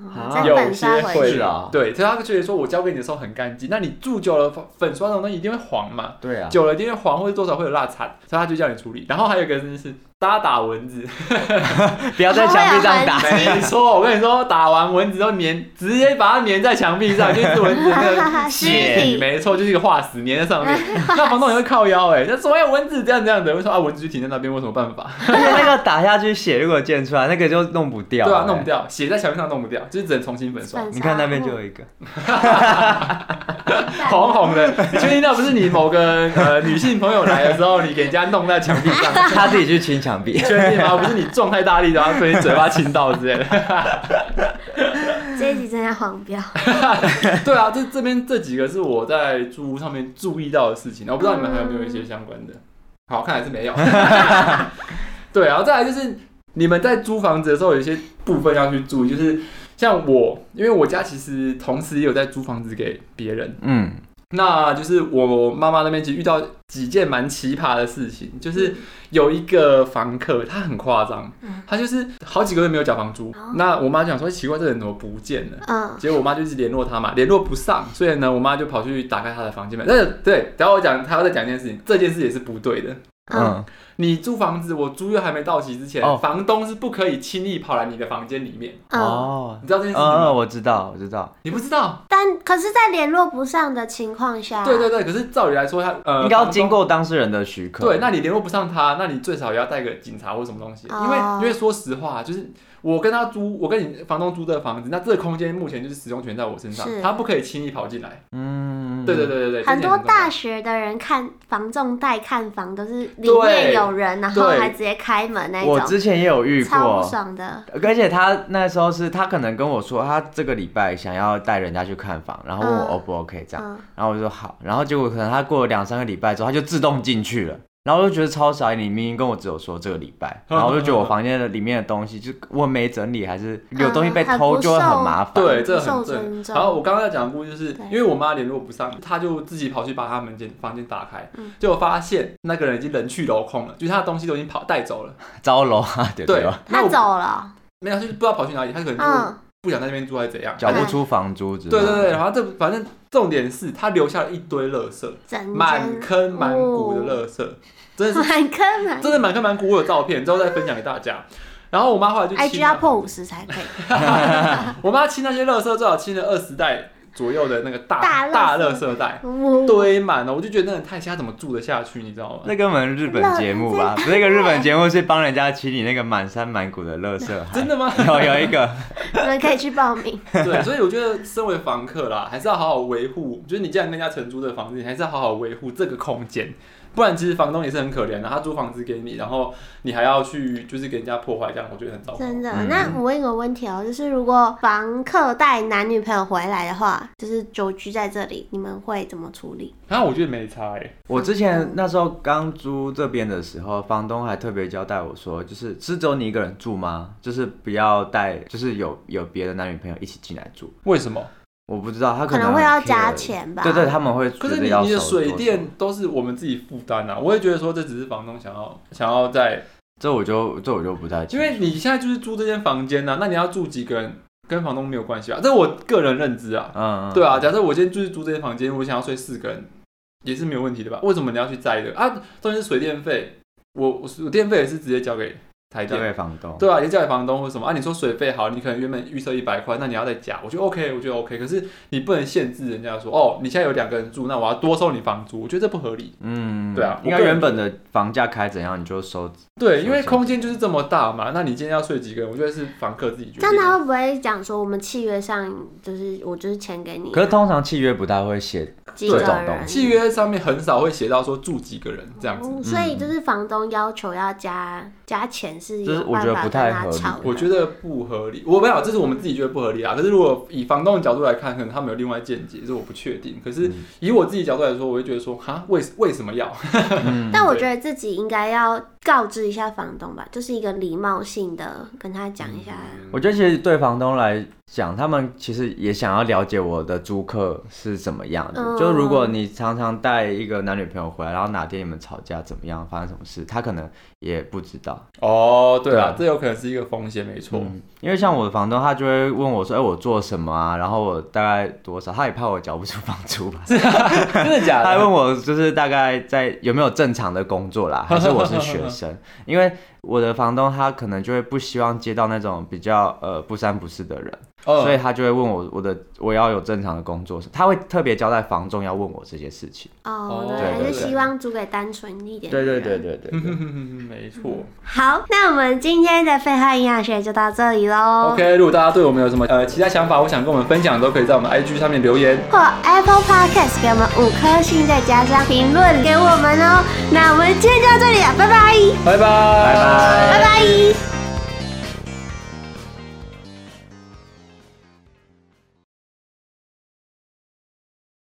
[SPEAKER 1] 嗯
[SPEAKER 3] 啊
[SPEAKER 1] 再
[SPEAKER 4] 有
[SPEAKER 1] 本
[SPEAKER 4] 些
[SPEAKER 1] 刷
[SPEAKER 4] 会
[SPEAKER 1] 回 <laughs>
[SPEAKER 3] 是
[SPEAKER 1] 去，
[SPEAKER 3] 啊
[SPEAKER 4] 对，所以他就觉得说我交给你的时候很干净，那你住久了粉刷这种东西一定会黄嘛，
[SPEAKER 3] 对啊，
[SPEAKER 4] 久了因为黄或者多少会有蜡残，所以他就叫你处理。然后还有一个真的是搭打蚊子， <laughs>
[SPEAKER 3] 不要在墙壁上打
[SPEAKER 1] 好，
[SPEAKER 4] 没错，我跟你说，打完蚊子都粘，直接把它粘在墙壁上，就是蚊子的那个
[SPEAKER 1] 尸
[SPEAKER 4] 体，
[SPEAKER 1] 体
[SPEAKER 4] 没错，就是一个化石粘在上面。 <laughs> 那房东也会靠腰哎、欸，那说哎蚊子这样这样的，我说啊蚊子就停在那边，我有什么办法？
[SPEAKER 3] 而且那个打下去血如果溅出来，那个就弄不掉，欸
[SPEAKER 4] 对啊，弄不。掉，血在墙壁上弄不掉，就是只能重
[SPEAKER 1] <laughs>
[SPEAKER 4] 新粉刷。
[SPEAKER 1] 粉
[SPEAKER 3] 你
[SPEAKER 1] 刷
[SPEAKER 3] 看那边就有一
[SPEAKER 4] <laughs>
[SPEAKER 3] 个，
[SPEAKER 4] 红红的，你确定那不是你某个呃女性朋友来的时候，你给人家弄在墙壁上？，
[SPEAKER 3] <laughs> 他自己去清墙壁
[SPEAKER 4] 确定吗？不是你撞太大力，然后被你嘴巴亲到之类的。
[SPEAKER 1] 嗯这一集真的黄标，
[SPEAKER 4] <laughs> 对啊，这这边这几个是我在租屋上面注意到的事情，然后不知道你们还有没有一些相关的？好看还是没有？ <laughs> 对，然后再来就是你们在租房子的时候，有一些部分要去注意，就是像我，因为我家其实同时也有在租房子给别人，
[SPEAKER 3] 嗯，
[SPEAKER 4] 那就是我妈妈那边其实遇到几件蛮奇葩的事情，就是有一个房客他很夸张，他就是好几个月没有缴房租，那我妈讲说奇怪，这人怎么不见了？
[SPEAKER 1] 嗯，
[SPEAKER 4] 结果我妈就一直联络他嘛，联络不上，所以呢，我妈就跑去打开他的房间门。但是对，然后我讲，他要再讲一件事情，这件事也是不对的。
[SPEAKER 3] 嗯，
[SPEAKER 4] 你租房子，我租约还没到期之前，
[SPEAKER 3] 哦
[SPEAKER 4] 房东是不可以轻易跑来你的房间里面。
[SPEAKER 1] 嗯，
[SPEAKER 3] 哦，
[SPEAKER 4] 你知道这
[SPEAKER 3] 嗯
[SPEAKER 4] 件事情吗？
[SPEAKER 3] 嗯，我知道，我知道，
[SPEAKER 4] 你不知道？
[SPEAKER 1] 但可是，在联络不上的情况下，
[SPEAKER 4] 对对对，可是照理来说他，呃，
[SPEAKER 3] 哦应该要
[SPEAKER 4] 房东
[SPEAKER 3] 经过当事人的许可。
[SPEAKER 4] 对，那你联络不上他，那你最少也要带个警察或什么东西，
[SPEAKER 1] 哦
[SPEAKER 4] 因为因为说实话，就是我跟他租，我跟你房东租这个房子，那这个空间目前就是使用权在我身上
[SPEAKER 1] 是，
[SPEAKER 4] 他不可以轻易跑进来。
[SPEAKER 3] 嗯，
[SPEAKER 4] 对对对对对，
[SPEAKER 1] 很
[SPEAKER 4] 这点
[SPEAKER 1] 多
[SPEAKER 4] 重要
[SPEAKER 1] 大学的人看房仲带看房都是里面有人，然后
[SPEAKER 4] 对
[SPEAKER 1] 还直接开门那
[SPEAKER 3] 我
[SPEAKER 1] 种，
[SPEAKER 3] 之前也有遇
[SPEAKER 1] 超
[SPEAKER 3] 过
[SPEAKER 1] 不，爽的。
[SPEAKER 3] 而且他那时候是他可能跟我说，他这个礼拜想要带人家去看房，然后问我
[SPEAKER 1] 嗯
[SPEAKER 3] O 不 OK 这样，
[SPEAKER 1] 嗯，
[SPEAKER 3] 然后我就说好，然后结果可能他过了两三个礼拜之后，他就自动进去了。然后我就觉得超傻，你明明跟我只有说这个礼
[SPEAKER 4] <laughs>
[SPEAKER 3] 拜，然后我就觉得我房间的里面的东西，就我没整理，还是有东西被偷，
[SPEAKER 1] 嗯
[SPEAKER 3] 就会很麻烦。
[SPEAKER 4] 对，这
[SPEAKER 1] 受
[SPEAKER 4] 很
[SPEAKER 1] 尊
[SPEAKER 4] 正。
[SPEAKER 1] 重
[SPEAKER 4] 然后我刚刚在讲的故事，就是
[SPEAKER 1] 对
[SPEAKER 4] 因为我妈联络不上，她就自己跑去把她们间房间打开
[SPEAKER 1] 嗯，
[SPEAKER 4] 结果发现那个人已经人去楼空了，就是他的东西都已经跑带走了。
[SPEAKER 3] 糟楼啊，对
[SPEAKER 4] 对
[SPEAKER 3] 对吧？，
[SPEAKER 4] 那
[SPEAKER 1] 他
[SPEAKER 4] 我
[SPEAKER 1] 走了，
[SPEAKER 4] 没有，就是不知道跑去哪里，他可能就
[SPEAKER 1] 嗯，
[SPEAKER 4] 不想在那边住还是怎样。
[SPEAKER 3] 缴不出房租之类
[SPEAKER 4] 对
[SPEAKER 3] 的。
[SPEAKER 4] 对对，然后这反正重点是他留下了一堆垃圾，
[SPEAKER 1] 整
[SPEAKER 4] 满
[SPEAKER 1] 间哦
[SPEAKER 4] 坑满谷的垃圾，真
[SPEAKER 1] <laughs>
[SPEAKER 4] 的是
[SPEAKER 1] 满坑满
[SPEAKER 4] 真的满坑满谷，我有照片，之后再分享给大家。然后我妈后来就
[SPEAKER 1] ，IG
[SPEAKER 4] 清
[SPEAKER 1] 要
[SPEAKER 4] 了，
[SPEAKER 1] 破五十才
[SPEAKER 4] <laughs>
[SPEAKER 1] 可以。
[SPEAKER 4] 我妈清那些垃圾，最少清了二十袋左右的那个大
[SPEAKER 1] 大垃圾
[SPEAKER 4] 大垃圾袋，
[SPEAKER 1] 我
[SPEAKER 4] 堆满了，我就觉得那很太瞎，怎么住得下去，你知道
[SPEAKER 3] <laughs>
[SPEAKER 4] 吗？
[SPEAKER 3] 那根本是日本节目吧？不是一个日本节目是帮人家清理那个满山满谷的垃圾海。
[SPEAKER 4] <laughs> 真的吗？
[SPEAKER 3] 有有一
[SPEAKER 4] <laughs>
[SPEAKER 3] 个，
[SPEAKER 1] 你们可以去报名，
[SPEAKER 4] 对，所以我觉得身为房客啦，还是要好好维护。就是你既然跟人家承租的房子，你还是要好好维护这个空间，不然其实房东也是很可怜啊的。他租房子给你，然后你还要去就是给人家破坏，这样我觉得很糟糕。
[SPEAKER 1] 真的。
[SPEAKER 3] 嗯
[SPEAKER 1] 那我问一个问题哦，就是如果房客带男女朋友回来的话，就是久居在这里，你们会怎么处理？
[SPEAKER 4] 然后我觉得没差哎、
[SPEAKER 3] 我之前那时候刚租这边的时候，房东还特别交代我说，就是是只有你一个人住吗？就是不要带，就是有有别的男女朋友一起进来住。
[SPEAKER 4] 为什么？
[SPEAKER 3] 我不知道他
[SPEAKER 1] 可能
[SPEAKER 3] 能
[SPEAKER 1] 会要
[SPEAKER 3] care
[SPEAKER 1] 加钱吧
[SPEAKER 3] 对对，他们会觉
[SPEAKER 4] 可是
[SPEAKER 3] 得
[SPEAKER 4] 你
[SPEAKER 3] 要
[SPEAKER 4] 你的
[SPEAKER 3] 收多
[SPEAKER 4] 水
[SPEAKER 3] 少
[SPEAKER 4] 电，都是我们自己负担啊。我也觉得说这只是房东想要想要在，
[SPEAKER 3] 这我就这我就不太清
[SPEAKER 4] 因
[SPEAKER 3] 楚，
[SPEAKER 4] 为你现在就是租这间房间呐、啊，那你要住几个人跟房东没有关系啊，这我个人认知啊。
[SPEAKER 3] 嗯，嗯
[SPEAKER 4] 对啊，，假设我今天就是租这间房间，我想要睡四个人，也是没有问题的吧？为什么你要去摘的啊？中间是水电费，我我水电费也是直接交给台
[SPEAKER 3] 交
[SPEAKER 4] 电，
[SPEAKER 3] 给房东。
[SPEAKER 4] 对啊，也交给房东或什么啊？你说水费好，你可能原本预设一百块，那你要再加，我觉得 OK，我觉得 OK。可是你不能限制人家说，哦，你现在有两个人住，那我要多收你房租，我觉得这不合理。
[SPEAKER 3] 嗯，
[SPEAKER 4] 对啊
[SPEAKER 3] 应该
[SPEAKER 4] 我个人
[SPEAKER 3] 原本的房价开怎样你就收，
[SPEAKER 4] 对，因为空间就是这么大嘛，那你今天要睡几个人，我觉得是房客自己决定啊
[SPEAKER 1] 这样
[SPEAKER 4] 的。
[SPEAKER 1] 他会不会讲说我们契约上就是我就是钱给你啊，
[SPEAKER 3] 可是通常契约不太会写，
[SPEAKER 1] 几个
[SPEAKER 3] 这种东
[SPEAKER 1] 人？
[SPEAKER 3] 西
[SPEAKER 4] 契约上面很少会写到说住几个人这样子，
[SPEAKER 1] 哦所以就是房东要求要加加钱是
[SPEAKER 3] 嗯就是
[SPEAKER 1] 有
[SPEAKER 3] 我觉
[SPEAKER 1] 办
[SPEAKER 3] 得
[SPEAKER 1] 法
[SPEAKER 3] 不
[SPEAKER 1] 跟
[SPEAKER 3] 太
[SPEAKER 1] 他
[SPEAKER 3] 合理
[SPEAKER 1] 吵的。
[SPEAKER 4] 我觉得不合理，我没有，这是我们自己觉得不合理啊。可是如果以房东的角度来看，可能他们有另外见解，这我不确定。可是以我自己角度来说，我会觉得说，哈，为为什么要？ <laughs>
[SPEAKER 1] 但我觉得自己应该要告知一下房东吧，就是一个礼貌性的跟他讲一下。
[SPEAKER 3] 我觉得其实对房东来讲，他们其实也想要了解我的租客是怎么样的。
[SPEAKER 1] 嗯
[SPEAKER 3] 就如果你常常带一个男女朋友回来，然后哪天你们吵架怎么样，发生什么事，他可能也不知道。
[SPEAKER 4] 哦，对
[SPEAKER 3] 对
[SPEAKER 4] 啊
[SPEAKER 3] 啊，
[SPEAKER 4] 这有可能是一个风险，没错。
[SPEAKER 3] 嗯，因为像我的房东，他就会问我说：“哎、我做什么啊？然后我大概多少？”他也怕我缴不出房租吧，
[SPEAKER 4] <laughs> 真的假
[SPEAKER 3] 他还
[SPEAKER 4] 的？ <laughs>
[SPEAKER 3] 问我就是大概在有没有正常的工作
[SPEAKER 4] <laughs>
[SPEAKER 3] 啦，还是我是学生？因为我的房东他可能就会不希望接到那种比较呃不三不四的人，
[SPEAKER 4] 哦
[SPEAKER 3] 所以他就会问我我的我要有正常的工作，他会特别交代房仲要问我这些事情。
[SPEAKER 1] 哦，
[SPEAKER 4] 哦
[SPEAKER 1] 对，还
[SPEAKER 3] 对
[SPEAKER 1] 是
[SPEAKER 3] 对
[SPEAKER 1] 希望租给单纯一点。。
[SPEAKER 3] 对对
[SPEAKER 4] 嗯，哼哼哼哼没错。
[SPEAKER 1] 好，那我们今天的废话营养学就到这里喽。
[SPEAKER 4] OK，如果大家对我们有什么呃其他想法，我想跟我们分享，都可以在我们 IG 上面留言。
[SPEAKER 1] 或 Apple Podcast 给我们五颗星，再加上评论啊给我们哦。那我们今天就到这里了，拜拜，
[SPEAKER 4] 拜拜，拜拜
[SPEAKER 1] 拜拜。